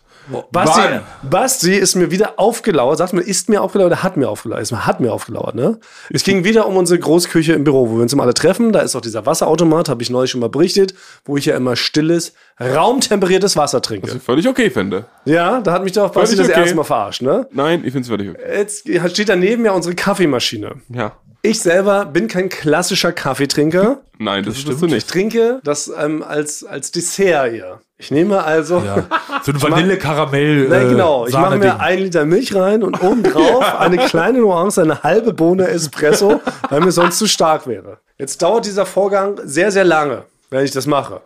S2: Basti, Basti ist mir wieder aufgelauert. Sagt man, ist mir aufgelauert oder hat mir aufgelauert? Ist mir- Hat mir aufgelauert, ne? Es ging wieder um unsere Großküche im Büro, wo wir uns immer alle treffen. Da ist auch dieser Wasserautomat, habe ich neulich schon mal berichtet, wo ich ja immer stilles, raumtemperiertes Wasser trinke.
S4: Völlig okay finde.
S2: Ja, da hat mich doch Basti
S4: Also Völlig
S2: das
S4: okay.
S2: erste Mal verarscht, ne?
S4: Nein, ich finde es völlig okay.
S2: Jetzt steht daneben ja unsere Kaffeemaschine.
S4: Ja.
S2: Ich selber bin kein klassischer Kaffeetrinker.
S4: Nein, das, bist du
S2: Ich
S4: nicht.
S2: trinke das ähm, als, als Dessert eher. Ich nehme also.
S3: So ein Vanille-Karamell. äh,
S2: Nein, genau. Ich mache mir
S3: ein
S2: einen Liter Milch rein und obendrauf eine kleine Nuance, eine halbe Bohne Espresso, weil mir sonst zu stark wäre. Jetzt dauert dieser Vorgang sehr, sehr lange, wenn ich das mache.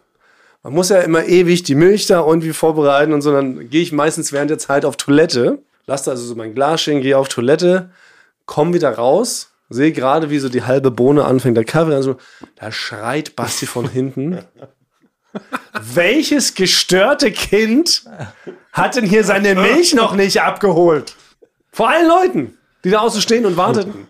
S2: Man muss ja immer ewig die Milch da irgendwie vorbereiten und so. Dann gehe ich meistens während der Zeit auf Toilette, lasse also so mein Glas stehen, gehe auf Toilette, komme wieder raus, sehe gerade, wie so die halbe Bohne anfängt, der Kaffee an. so- Da schreit Basti von hinten. Welches gestörte Kind hat denn hier seine Milch noch nicht abgeholt? Vor allen Leuten, die da außen stehen und warteten.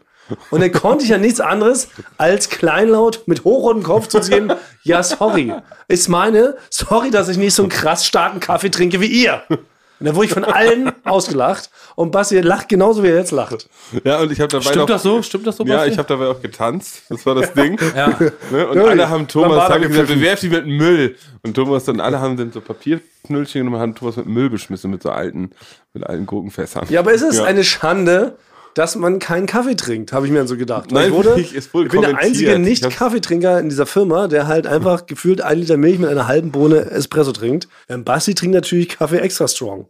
S2: Und dann konnte ich ja nichts anderes als kleinlaut mit hochrotem Kopf zu sehen, ja, sorry. Ist meine, sorry, dass ich nicht so einen krass starken Kaffee trinke wie ihr. Und dann wurde ich von allen ausgelacht. Und Basti lacht genauso, wie er jetzt lacht.
S4: Ja, und ich habe dabei noch-
S3: Stimmt das so? Stimmt das so?
S4: Ja,
S3: Basti?
S4: ich habe dabei auch getanzt. Das war das Ding. ne? Und
S2: Ja,
S4: alle
S2: ich-
S4: haben Thomas
S2: Lambada
S4: hab ich gesagt,
S2: gepfiffen.
S4: bewerf die mit Müll. Und Thomas dann alle haben dann so Papierknüllchen genommen und haben Thomas mit Müll beschmissen mit so alten, mit alten Gurkenfässern.
S2: Ja, aber es ist
S4: Ja.
S2: eine Schande, dass man keinen Kaffee trinkt, habe ich mir dann so gedacht. Weil
S4: Nein,
S2: ich, wurde,
S4: ich- ist wohl
S2: ich bin der
S4: kommentiert.
S2: einzige
S4: Ich hab's-
S2: Nicht-Kaffeetrinker in dieser Firma, der halt einfach gefühlt ein Liter Milch mit einer halben Bohne Espresso trinkt. Ähm, Basti trinkt natürlich Kaffee extra strong.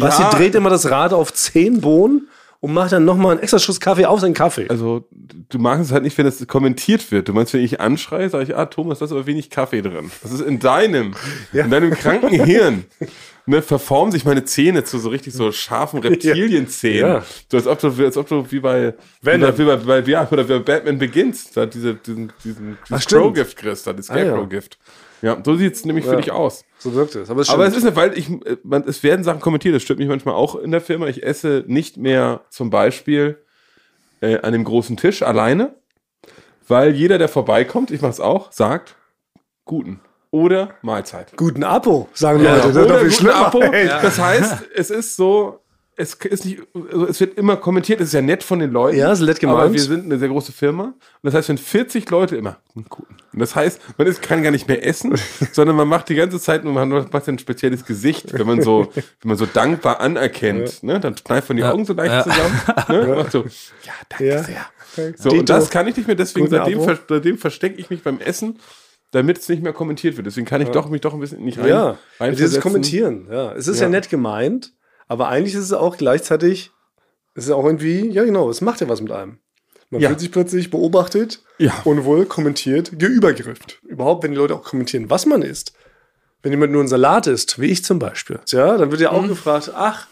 S2: Basti dreht immer das Rad auf 10 Bohnen und macht dann nochmal einen extra Schuss Kaffee auf seinen Kaffee.
S4: Also, du magst es halt nicht, wenn es kommentiert wird. Du meinst, wenn ich anschreie, sage ich, ah, Thomas, da ist aber wenig Kaffee drin. Das ist in deinem, in deinem kranken Hirn. Ne, verformen sich meine Zähne zu so richtig so scharfen Reptilienzähnen.
S2: Ja.
S4: So, als ob du, als ob du wie bei, wie bei, wie bei, bei, ja, oder wie bei Batman beginnst, da diese, diesen, diesen, dieses
S2: stimmt. Ah,
S4: Crow-Gift kriegst, da, das Scarecrow-Gift. ja. so sieht es nämlich für dich aus.
S2: so wirkt es. Aber es,
S4: Aber
S2: stimmt.
S4: es ist, eine- weil ich, äh, man, es werden Sachen kommentiert. Das stört mich manchmal auch in der Firma. Ich esse nicht mehr zum Beispiel äh, an dem großen Tisch alleine, weil jeder, der vorbeikommt, ich mache es auch, sagt guten oder Mahlzeit.
S2: guten Apo, sagen Leute. Das ist doch
S4: oder
S2: viel
S4: guten
S2: schlimmer.
S4: Apo.
S2: Ey.
S4: Das heißt, es ist so. Es, ist nicht, also es wird immer kommentiert, es ist ja nett von den Leuten.
S2: Ja, ist nett gemeint.
S4: Aber wir sind eine sehr große Firma. Und das heißt, wenn 40 Leute immer guten. Und das heißt, man ist, kann gar nicht mehr essen, sondern man macht die ganze Zeit nur, man macht ein spezielles Gesicht, wenn man so, wenn man so dankbar anerkennt. Ne? Dann kneift man die Augen so leicht zusammen. Ne? Und macht so, ja, danke
S2: Ja.
S4: sehr. So,
S2: Dito.
S4: und das kann ich nicht mehr, deswegen
S2: Guten
S4: seitdem,
S2: Abo.
S4: ver seitdem verstecke ich mich beim Essen, damit es nicht mehr kommentiert wird. Deswegen kann ich doch, mich doch ein bisschen nicht rein,
S2: Ja, dieses
S4: reinversetzen.
S2: Kommentieren. Ja. Es ist ja. nett gemeint, aber eigentlich ist es auch gleichzeitig, es ist auch irgendwie, ja genau, es macht ja was mit einem. Man
S4: Ja.
S2: fühlt sich plötzlich beobachtet,
S4: Ja.
S2: unwohl, kommentiert, geübergrifft. Überhaupt, wenn die Leute auch kommentieren, was man isst. Wenn jemand nur einen Salat isst, wie ich zum Beispiel, ja, dann wird ja auch
S4: Mhm.
S2: gefragt, ach,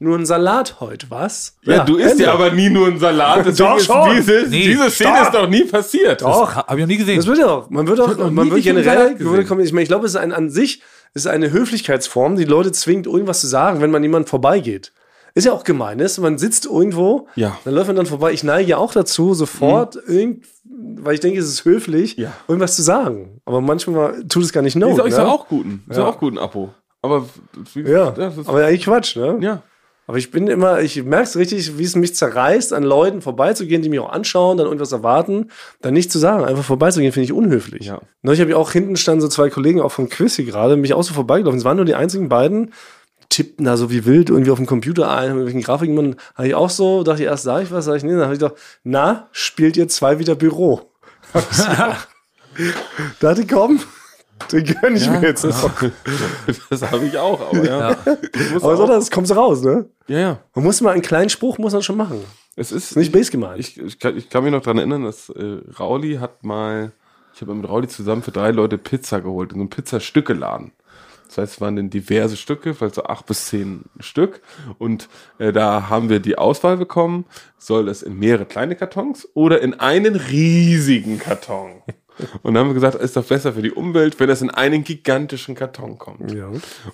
S2: nur ein Salat heute, was?
S4: Ja, du isst
S2: Ende.
S4: ja aber nie nur einen Salat. Deswegen
S2: Doch
S4: ist
S2: schon.
S4: diese,
S3: Nee,
S4: diese Szene ist doch nie passiert.
S2: Doch,
S3: Habe ich noch nie gesehen.
S2: Das wird ja auch. Man wird auch,
S4: noch
S2: man
S4: nie
S2: wird
S4: dich im
S2: generell,
S4: Salat
S2: würde
S4: gesehen.
S2: kommen, ich meine, ich glaube, es ist ein, an sich es ist eine Höflichkeitsform, die Leute zwingt, irgendwas zu sagen, wenn man jemand vorbeigeht. Ist ja auch gemein, ist, man sitzt irgendwo,
S4: Ja. Mhm.
S2: dann läuft man dann vorbei. Ich neige ja auch dazu, sofort irgend, weil ich denke, es ist höflich,
S4: Ja.
S2: irgendwas zu sagen. Aber manchmal tut es gar nicht
S4: Ich
S2: not.
S4: sag, ich sag
S2: ne?
S4: auch guten. Ich sag auch guten Apo. Aber wie,
S2: Ja,
S4: das ist,
S2: aber eigentlich Quatsch, ne?
S4: ja.
S2: Aber ich bin immer, ich merke es richtig, wie es mich zerreißt, an Leuten vorbeizugehen, die mich auch anschauen, dann irgendwas erwarten, dann nichts zu sagen. Einfach vorbeizugehen, finde ich unhöflich.
S4: Ja.
S2: Neulich habe ich auch hinten standen so zwei Kollegen auch vom Quiz hier gerade, mich auch so vorbeigelaufen. Es waren nur die einzigen beiden, tippten da so wie wild irgendwie auf dem Computer ein, mit welchen Grafiken. Und habe ich auch so, dachte ich erst, sage ich was, sage ich nee, dann habe ich gedacht, na, spielt ihr zwei wieder Büro? Hab ich so- dachte ich, komm, den gönn ich mir jetzt noch.
S4: Das habe ich auch, aber ja. Ich muss
S2: Aber so,
S4: auch-
S2: das kommt so raus, ne?
S4: ja, ja.
S2: Man muss mal einen kleinen Spruch, muss man schon machen.
S4: Es ist,
S2: Ist nicht base gemalt.
S4: ich, ich, kann, ich kann mich noch daran erinnern, dass äh, Rauli hat mal, ich habe mit Rauli zusammen für drei Leute Pizza geholt, in so einem Pizzastückeladen. Das heißt, es waren dann diverse Stücke, vielleicht so acht bis zehn Stück. Und äh, da haben wir die Auswahl bekommen, soll das in mehrere kleine Kartons oder in einen riesigen Karton. Und dann haben wir gesagt, ist doch besser für die Umwelt, wenn das in einen gigantischen Karton kommt.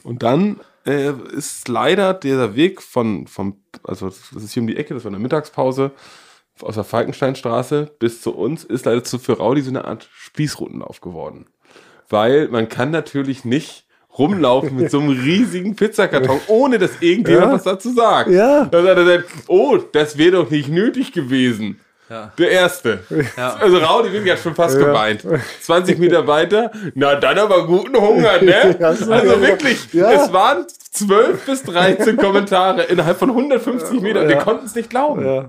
S4: Und dann äh, ist leider dieser Weg von, vom, also das ist hier um die Ecke, das war in der Mittagspause, aus der Falkensteinstraße bis zu uns, ist leider zu für Raudi so eine Art Spießrutenlauf geworden. Weil man kann natürlich nicht rumlaufen mit so einem riesigen Pizzakarton, ohne dass irgendjemand was dazu sagt.
S2: Ja.
S4: Dann hat er gesagt, oh, das wäre doch nicht nötig gewesen. Der erste. Also Raudi bin ja schon fast geweint. 20 Meter weiter, na dann aber guten Hunger, ne? Also wirklich, es waren 12 bis 13 Kommentare innerhalb von 150 Metern. Wir konnten es nicht glauben.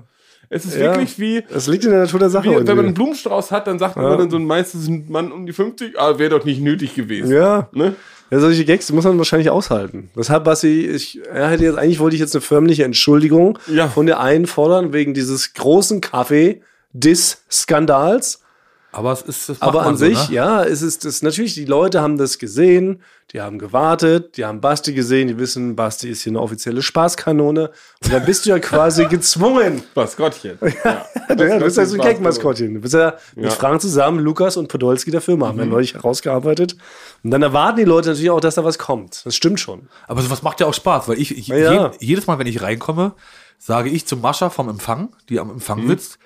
S4: Es ist wirklich wie,
S2: Das liegt in der Natur der Sache.
S4: wie wenn man
S2: irgendwie.
S4: einen Blumenstrauß hat, dann sagt man dann so ein meistens ein Mann um die 50, ah, wäre doch nicht nötig gewesen.
S2: ja.
S4: Ne?
S2: ja, solche Gags muss man wahrscheinlich aushalten. Deshalb, Basti, ich ja, hätte jetzt eigentlich wollte ich jetzt eine förmliche Entschuldigung
S4: Ja.
S2: von dir einfordern wegen dieses großen Kaffee-Diss-Skandals.
S3: Aber es ist. Das macht
S2: Aber
S3: man
S2: an
S3: so,
S2: sich,
S3: ne?
S2: ja, es ist das natürlich, die Leute haben das gesehen, die haben gewartet, die haben Basti gesehen, die wissen, Basti ist hier eine offizielle Spaßkanone. Und dann bist du ja quasi gezwungen.
S4: Maskottchen. Ja.
S2: Ja, du bist ja so ein
S4: Maskottchen.
S2: Gag-Maskottchen. Du bist ja Mhm. mit Frank zusammen, Lukas und Podolski der Firma, haben wir neulich herausgearbeitet. Und dann erwarten die Leute natürlich auch, dass da was kommt. Das stimmt schon.
S3: Aber sowas macht ja auch Spaß, weil ich, ich
S2: Ja.
S3: je, jedes Mal, wenn ich reinkomme, sage ich zu Mascha vom Empfang, die am Empfang
S2: Mhm.
S3: sitzt,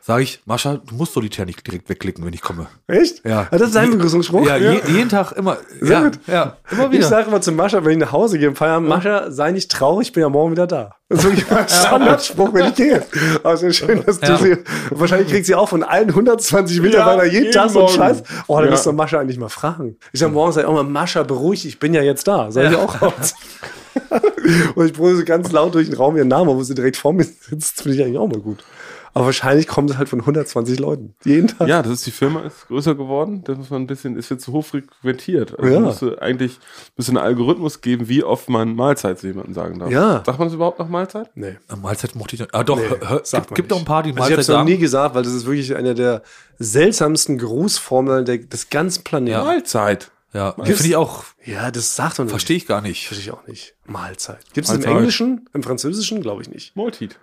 S3: sage ich, Mascha, du musst solitär nicht direkt wegklicken, wenn ich komme.
S2: Echt?
S3: Ja.
S2: Ah, Das ist dein Begrüßungsspruch?
S3: Ja, je, jeden Tag immer. Ja, ja, immer
S2: Ich
S3: wieder.
S2: sage immer zu Mascha, wenn ich nach Hause gehe im Feierabend, Mascha, sei nicht traurig, ich bin ja morgen wieder da. Das ist wirklich mein Standardspruch, wenn ich gehe. Also schön, dass du
S3: Ja.
S2: sie, wahrscheinlich kriegt sie auch von allen 120 Mitarbeitern jeden
S4: jeden
S2: Tag so einen
S4: Morgen.
S2: Scheiß. Oh, da
S4: Ja.
S2: müsst ihr Mascha eigentlich mal fragen. Ich sage morgens sag ich auch mal, Mascha, beruhig, dich, ich bin ja jetzt da. Sag ich auch raus. Und ich brülle so ganz laut durch den Raum ihren Namen, obwohl sie direkt vor mir sitzt, finde ich eigentlich auch mal gut. Aber wahrscheinlich kommt es halt von 120 Leuten. Jeden Tag.
S4: Ja, das ist die Firma ist größer geworden. Das muss man ein bisschen, ist jetzt zu hoch frequentiert. Also
S2: Ja.
S4: ja. müsste eigentlich müsste einen Algorithmus geben, wie oft man Mahlzeit zu jemandem sagen darf.
S2: Ja.
S4: Sagt man das überhaupt noch Mahlzeit?
S2: Nee.
S3: Mahlzeit mochte ich. noch- Ah, doch, hör- hör-
S2: Sagt
S3: gibt,
S2: man
S3: gibt doch ein
S2: nicht.
S3: paar, die
S2: Also ich
S3: Mahlzeit
S2: habe es noch
S3: sagen.
S2: nie gesagt, weil das ist wirklich einer der seltsamsten Grußformeln der, des ganzen Planeten. Ja.
S4: Mahlzeit.
S3: ja, die finde ich auch,
S2: das sagt man
S3: verstehe ich gar nicht.
S2: Verstehe ich auch nicht. Mahlzeit. Gibt es im
S4: Mahlzeit.
S2: Englischen, im Französischen? Glaube ich nicht.
S4: Multit.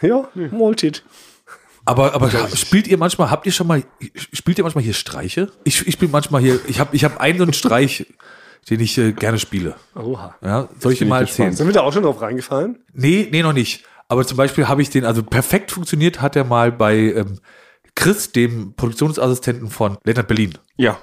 S2: Ja,
S3: Hm.
S2: Multit.
S3: Aber, aber spielt ihr manchmal, habt ihr schon mal, spielt ihr manchmal hier Streiche? Ich, ich spiele manchmal hier, ich habe ich hab einen so einen Streich, den ich äh, gerne spiele.
S2: Oha.
S3: Ja, soll ich dir
S4: bin
S3: mal
S4: ich gespannt.
S3: erzählen?
S2: Sind wir da auch schon drauf reingefallen?
S3: Nee, nee, noch nicht. Aber zum Beispiel habe ich den, also perfekt funktioniert hat er mal bei ähm, Chris, dem Produktionsassistenten von Leonard Berlin.
S4: Ja.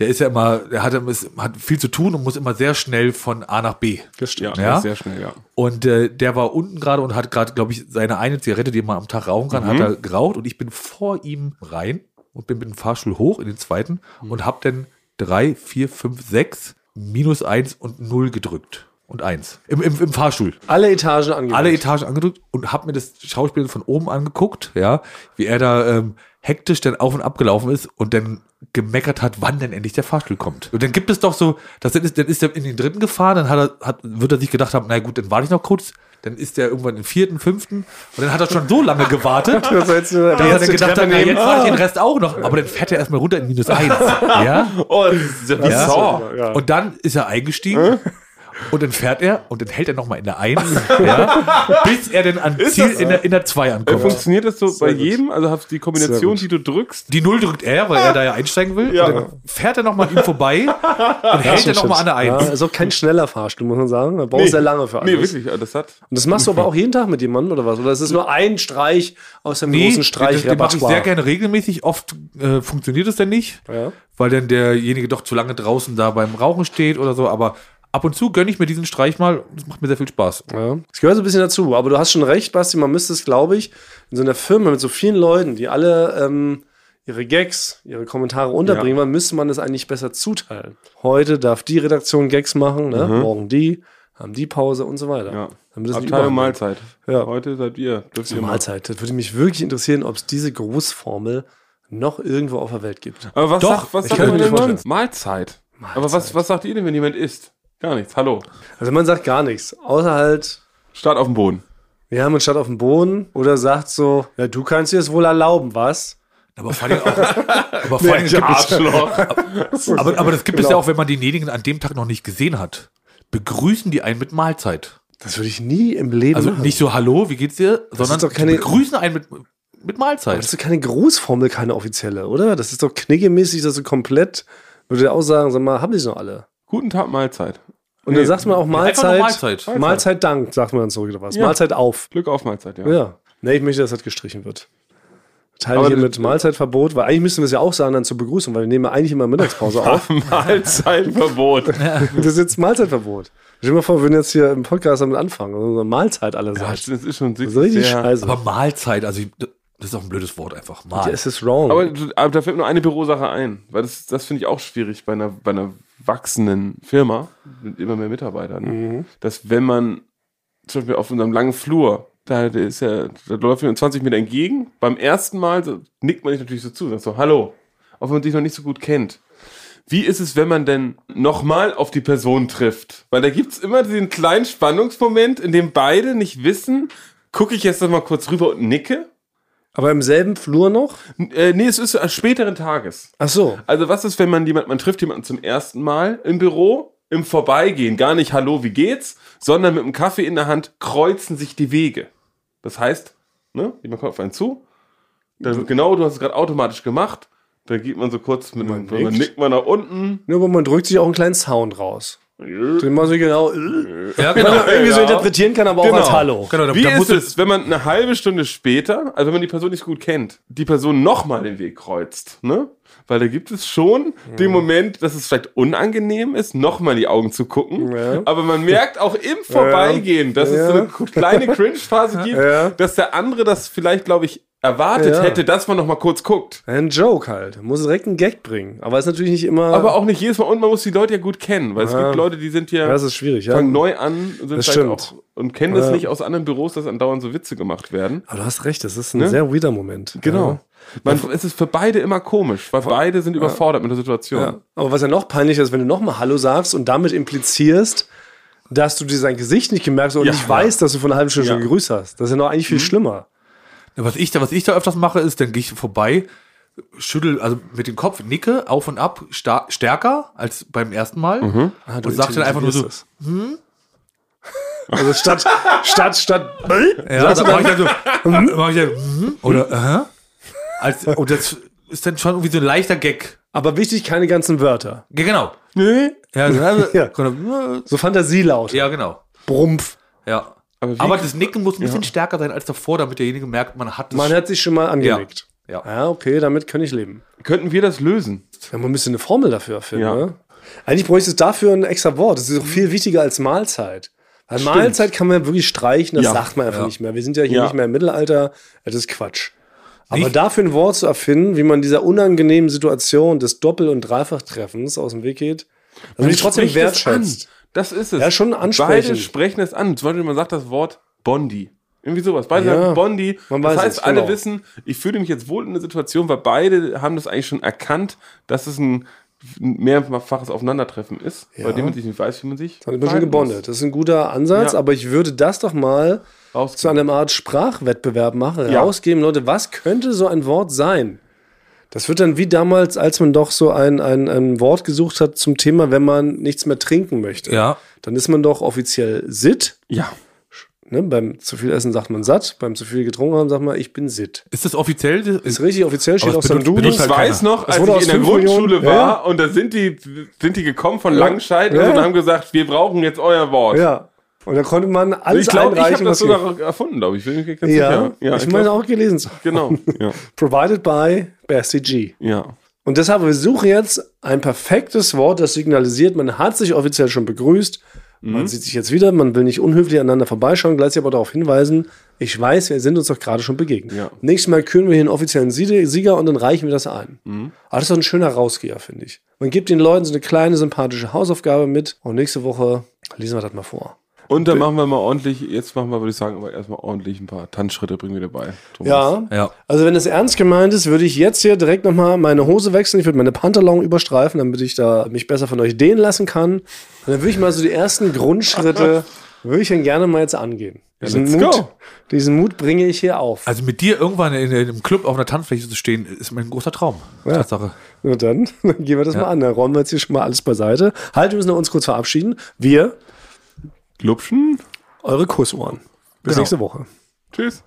S3: Der ist ja immer, der hat, ist, hat viel zu tun und muss immer sehr schnell von A nach B.
S4: Das stimmt. Ja,
S3: Ja?
S4: das ist sehr schnell, ja.
S3: Und äh, der war unten gerade und hat gerade, glaube ich, seine eine Zigarette, die man am Tag rauchen kann, hat er geraucht. Und ich bin vor ihm rein und bin mit dem Fahrstuhl hoch in den zweiten und habe dann drei, vier, fünf, sechs, minus eins und null gedrückt. Und eins. Im, im, im Fahrstuhl
S2: Alle Etagen angefangen.
S3: alle Etagen angedrückt und habe mir das Schauspiel von oben angeguckt, ja, wie er da ähm, hektisch dann auf und ab gelaufen ist und dann gemeckert hat, wann denn endlich der Fahrstuhl kommt. Und dann gibt es doch so, das dann ist, dann ist er in den dritten gefahren, dann hat er, hat, wird er sich gedacht haben, na gut, dann warte ich noch kurz, dann ist er irgendwann im vierten, fünften und dann hat er schon so lange gewartet, dass
S2: Das war jetzt eine
S3: er
S2: erste
S3: dann gedacht
S2: Treppe
S3: hat, na,
S2: nehmen.
S3: jetzt warte ich den Rest auch noch, aber dann fährt er erstmal runter in minus eins, ja.
S4: Oh, das ist ja wie
S3: Ja.
S4: Saw.
S2: Ja.
S3: Und dann ist er eingestiegen. Und dann fährt er und dann hält er nochmal in der 1, ja, bis er dann an Ziel in der, in der 2
S4: Äh,
S3: ankommt.
S4: Funktioniert das so bei jedem? Also hast du die Kombination, die du drückst?
S3: Die 0 drückt er, weil er da ja einsteigen will. Und dann fährt er nochmal an ihm vorbei und hält er nochmal an der 1.
S2: Ja, ist auch kein schneller Fahrstuhl, muss man sagen. Da brauchst du sehr lange für alles.
S4: Nee, wirklich. Das hat.
S2: Und das machst du aber auch jeden Tag mit jemandem, oder was? Oder ist es nur ein Streich aus dem
S3: Nee,
S2: großen Streich?
S3: den mache ich sehr gerne regelmäßig. Oft äh, funktioniert es dann nicht,
S2: Ja.
S3: weil dann derjenige doch zu lange draußen da beim Rauchen steht oder so. Aber ab und zu gönne ich mir diesen Streich mal. Das macht mir sehr viel Spaß.
S2: Ja. Es gehört so ein bisschen dazu, aber du hast schon recht, Basti, man müsste es, glaube ich, in so einer Firma mit so vielen Leuten, die alle ähm, ihre Gags, ihre Kommentare unterbringen wollen, müsste man das eigentlich besser zuteilen. Heute darf die Redaktion Gags machen, ne? morgen die, haben die Pause und so weiter.
S4: Mhm. Ja.
S2: Damit das nicht
S4: Abteilung
S2: überhand nimmt.
S4: Mahlzeit.
S2: Ja. Also
S4: Heute seid ihr. Dürft ihr mal.
S2: Mahlzeit. Das würde mich wirklich interessieren, ob es diese Großformel noch irgendwo auf der Welt gibt.
S4: Aber was
S3: Doch,
S4: sagt, was
S2: ich
S4: sagt
S2: könnte
S4: man
S2: mir
S4: denn
S2: vorstellen.
S4: sonst? Mahlzeit. Aber was, was sagt ihr denn, wenn jemand isst? Gar nichts. Hallo.
S2: Also man sagt gar nichts, außer halt,
S4: Start auf dem Boden.
S2: wir haben uns statt auf dem Boden oder sagt so, ja, du kannst dir es wohl erlauben, was?
S3: Aber vor allem, auch, aber vor allem gibt es, aber, aber das gibt
S4: Genau.
S2: Genau.
S3: es ja auch, wenn man denjenigen an dem Tag noch nicht gesehen hat. Begrüßen die einen mit Mahlzeit.
S2: Das würde ich nie im Leben
S3: Also
S2: machen.
S3: nicht so Hallo, wie geht's dir, sondern
S2: doch keine-
S3: die begrüßen einen mit, mit
S2: Das ist
S3: Mahlzeit.
S2: doch keine Großformel, keine offizielle, oder? Das ist doch kniggemäßig, das so komplett, würde der auch sagen, sag mal, haben die noch alle?
S4: Guten Tag, Mahlzeit.
S2: Und dann sagt man auch
S3: einfach nur
S2: Mahlzeit,
S3: Mahlzeit.
S2: Mahlzeit. Dank, sagt man dann zurück oder was. Mahlzeit auf.
S4: Glück auf Mahlzeit, ja.
S2: Ja. Nee, ich möchte, dass das gestrichen wird. Teile
S4: Aber
S2: hier
S4: das-
S2: mit Mahlzeitverbot, weil eigentlich müssten wir es ja auch sagen dann zur Begrüßung, weil wir nehmen ja eigentlich immer Mittagspause auf.
S4: Mahlzeitverbot.
S2: Das ist jetzt Mahlzeitverbot. Stell dir mal vor, wir würden jetzt hier im Podcast damit anfangen und unsere Mahlzeit alle
S4: Ja,
S2: sagen.
S4: das ist schon
S2: das ist richtig
S4: sehr-
S2: scheiße.
S3: Aber Mahlzeit, also ich- das ist auch ein blödes Wort einfach. Mahl.
S2: es ist wrong.
S4: Aber, aber da fällt nur eine Bürosache ein, weil das, das finde ich auch schwierig bei einer, bei einer wachsenden Firma mit immer mehr Mitarbeitern, dass wenn man zum Beispiel auf unserem langen Flur, da, da ist ja, da läuft jemand 20 Meter entgegen, beim ersten Mal so, nickt man sich natürlich so zu, sagt so, hallo, auch wenn man sich noch nicht so gut kennt. Wie ist es, wenn man denn nochmal auf die Person trifft? Weil da gibt's immer diesen kleinen Spannungsmoment, in dem beide nicht wissen, gucke ich jetzt noch mal kurz rüber und nicke?
S2: Aber im selben Flur noch?
S4: N- Äh, nee, es ist äh, späteren Tages.
S2: Ach so.
S4: Also was ist, wenn man jemand, man trifft jemanden zum ersten Mal im Büro, im Vorbeigehen, gar nicht Hallo, wie geht's, sondern mit einem Kaffee in der Hand kreuzen sich die Wege. Das heißt, ne, jemand kommt auf einen zu, dann genau, du hast es gerade automatisch gemacht, dann geht man so kurz mit einem,
S2: nickt.
S4: dann nickt man nach unten.
S2: Nur, aber man drückt sich auch einen kleinen Sound raus. Den man so genau
S3: Ja, genau.
S2: irgendwie so
S4: Äh. Ja.
S2: interpretieren kann, aber auch
S4: Genau.
S2: als Hallo.
S3: genau da,
S4: Wie
S3: da muss
S4: ist
S3: es,
S4: es, wenn man eine halbe Stunde später, also wenn man die Person nicht gut kennt, die Person nochmal den Weg kreuzt, ne? Weil da gibt es schon den Moment, dass es vielleicht unangenehm ist, nochmal in die Augen zu gucken.
S2: Ja.
S4: Aber man merkt auch im Vorbeigehen, dass es so eine kleine Cringe-Phase gibt,
S2: Ja.
S4: dass der andere das vielleicht, glaube ich, erwartet
S2: Ja.
S4: hätte, dass man nochmal kurz guckt.
S2: Ein Joke halt. Muss direkt einen Gag bringen. Aber ist natürlich nicht immer.
S4: Aber auch nicht jedes Mal. Und man muss die Leute ja gut kennen, weil es gibt Leute, die sind ja,
S2: Ja, das ist schwierig, ja.
S4: fangen neu an sind
S2: Das
S4: vielleicht
S2: stimmt.
S4: auch, und kennen das
S2: Ja.
S4: nicht aus anderen Büros, dass andauernd so Witze gemacht werden.
S2: Aber du hast recht, das ist ein
S4: Ne?
S2: sehr weirder Moment.
S4: Genau. Man, es ist für beide immer komisch, weil beide sind überfordert mit der
S2: Ja.
S4: Situation.
S2: Ja. Aber was ja noch peinlicher ist, wenn du nochmal Hallo sagst und damit implizierst, dass du dir sein Gesicht nicht gemerkt hast und
S4: Ja.
S2: nicht weißt, dass du von einer halben Stunde schon
S4: Ja. Mhm.
S2: gegrüßt hast. Das ist ja noch eigentlich viel schlimmer.
S3: Ja, Was ich da, was ich da öfters mache, ist, dann gehe ich vorbei, schüttel, also mit dem Kopf, nicke auf und ab sta- stärker als beim ersten Mal
S2: Ah,
S3: und sag dann einfach nur so,
S2: Hm? Also statt, statt, statt,
S3: ja, dann mach ich dann so, dann mach ich dann, mhm, oder, aha. als, und das ist dann schon irgendwie so ein leichter Gag.
S2: aber wichtig, keine ganzen Wörter.
S3: Ja, genau.
S2: Nö.
S3: Ja,
S2: Ja.
S3: genau.
S2: So Fantasielaut.
S3: ja genau.
S2: Brumpf.
S3: Ja.
S4: Aber
S3: Aber,
S4: wie-
S3: das Nicken muss ein bisschen stärker sein als davor, damit derjenige merkt, man hat das.
S2: Man hat sich schon mal angelegt.
S3: Ja. Ja.
S2: okay, damit kann ich leben.
S4: Könnten wir das lösen?
S2: Ja, man müsste eine Formel dafür erfinden.
S4: Ja.
S2: Ne? Eigentlich bräuchte es dafür ein extra Wort. Das ist auch viel wichtiger als Mahlzeit. Weil Mahlzeit kann man wirklich streichen, das
S4: Ja.
S2: sagt man einfach nicht mehr. Wir sind ja hier
S4: Ja.
S2: nicht mehr im Mittelalter, das ist Quatsch. Aber
S3: Nicht-
S2: dafür ein Wort zu erfinden, wie man dieser unangenehmen Situation des Doppel- und Dreifachtreffens aus dem Weg geht, dass man die trotzdem
S4: Spricht es
S2: wertschätzt.
S4: an. Das ist es.
S2: Ja, schon ansprechen.
S4: Beide sprechen es an. Zum Beispiel, man sagt das Wort Bondi. Irgendwie sowas. Beide
S2: Ja.
S4: sagen Bondi.
S2: Man
S4: das
S2: weiß
S4: heißt,
S2: es,
S4: alle
S2: genau.
S4: wissen, ich fühle mich jetzt wohl in der Situation, weil beide haben das eigentlich schon erkannt, dass es ein mehrfaches Aufeinandertreffen ist, bei dem man sich nicht weiß, wie man sich.
S2: Dann ist man schon
S4: verhalten muss.
S2: gebondet. Das ist ein guter Ansatz,
S4: Ja.
S2: aber ich würde das doch mal
S4: Rausgehen.
S2: zu einer Art Sprachwettbewerb machen,
S4: Ja.
S2: rausgeben, Leute, was könnte so ein Wort sein? Das wird dann wie damals, als man doch so ein, ein, ein Wort gesucht hat zum Thema, wenn man nichts mehr trinken möchte.
S3: Ja.
S2: Dann ist man doch offiziell sitt.
S4: Ja.
S2: Ne? Beim zu viel Essen sagt man satt, beim zu viel getrunken haben sagt man, ich bin sitt.
S3: Ist das offiziell?
S2: Ist richtig, offiziell steht
S3: es
S2: auf seinem
S3: benutzt-
S2: Du.
S3: benutzt
S4: Ich
S3: halt
S4: weiß noch,
S2: Das
S4: als
S2: wurde
S4: ich
S2: aus
S4: in der
S2: fünf Millionen-
S4: Grundschule war
S2: Ja.
S4: und da sind die, sind die gekommen von Langscheid
S2: Ja.
S4: und haben gesagt, wir brauchen jetzt euer Wort. Also
S2: Ja. Und da konnte man alles
S4: ich glaube, ich habe
S2: einreichen,
S4: das
S2: was geht.
S4: sogar erfunden, glaube ich. Bin mir ganz
S2: ja,
S4: sicher. ja
S2: ich meine
S4: glaub,
S2: auch gelesen. zu haben.
S4: Genau. Ja.
S2: Provided by Basti G.
S4: ja.
S2: Und deshalb, wir suchen jetzt ein perfektes Wort, das signalisiert, man hat sich offiziell schon begrüßt, man sieht sich jetzt wieder, man will nicht unhöflich aneinander vorbeischauen, gleichzeitig aber darauf hinweisen, ich weiß, wir sind uns doch gerade schon begegnet.
S4: Ja.
S2: Nächstes Mal küren wir hier einen offiziellen Siede- Sieger und dann reichen wir das ein. Aber das ist doch ein schöner Rausgeher, finde ich. Man gibt den Leuten so eine kleine, sympathische Hausaufgabe mit und nächste Woche lesen wir das mal vor.
S4: Und dann machen wir mal ordentlich, jetzt machen wir, würde ich sagen, aber erstmal ordentlich ein paar Tanzschritte bringen wir dabei. Thomas.
S2: Ja.
S3: Ja.
S2: Also wenn das ernst gemeint ist, würde ich jetzt hier direkt nochmal meine Hose wechseln. Ich würde meine Pantalon überstreifen, damit ich da mich besser von euch dehnen lassen kann. Und dann würde ich mal so die ersten Grundschritte, würde ich dann gerne mal jetzt angehen. Diesen,
S4: let's
S2: Mut,
S4: go.
S2: diesen Mut bringe ich hier auf.
S3: Also mit dir irgendwann in einem Club auf einer Tanzfläche zu stehen, ist mein großer Traum. Tatsache.
S2: Und dann, dann gehen wir das mal an. Dann räumen wir jetzt hier schon mal alles beiseite. Halt, wir müssen uns kurz verabschieden. Wir,
S4: Glubschen.
S2: eure Kussohren. Bis nächste Woche.
S4: Tschüss.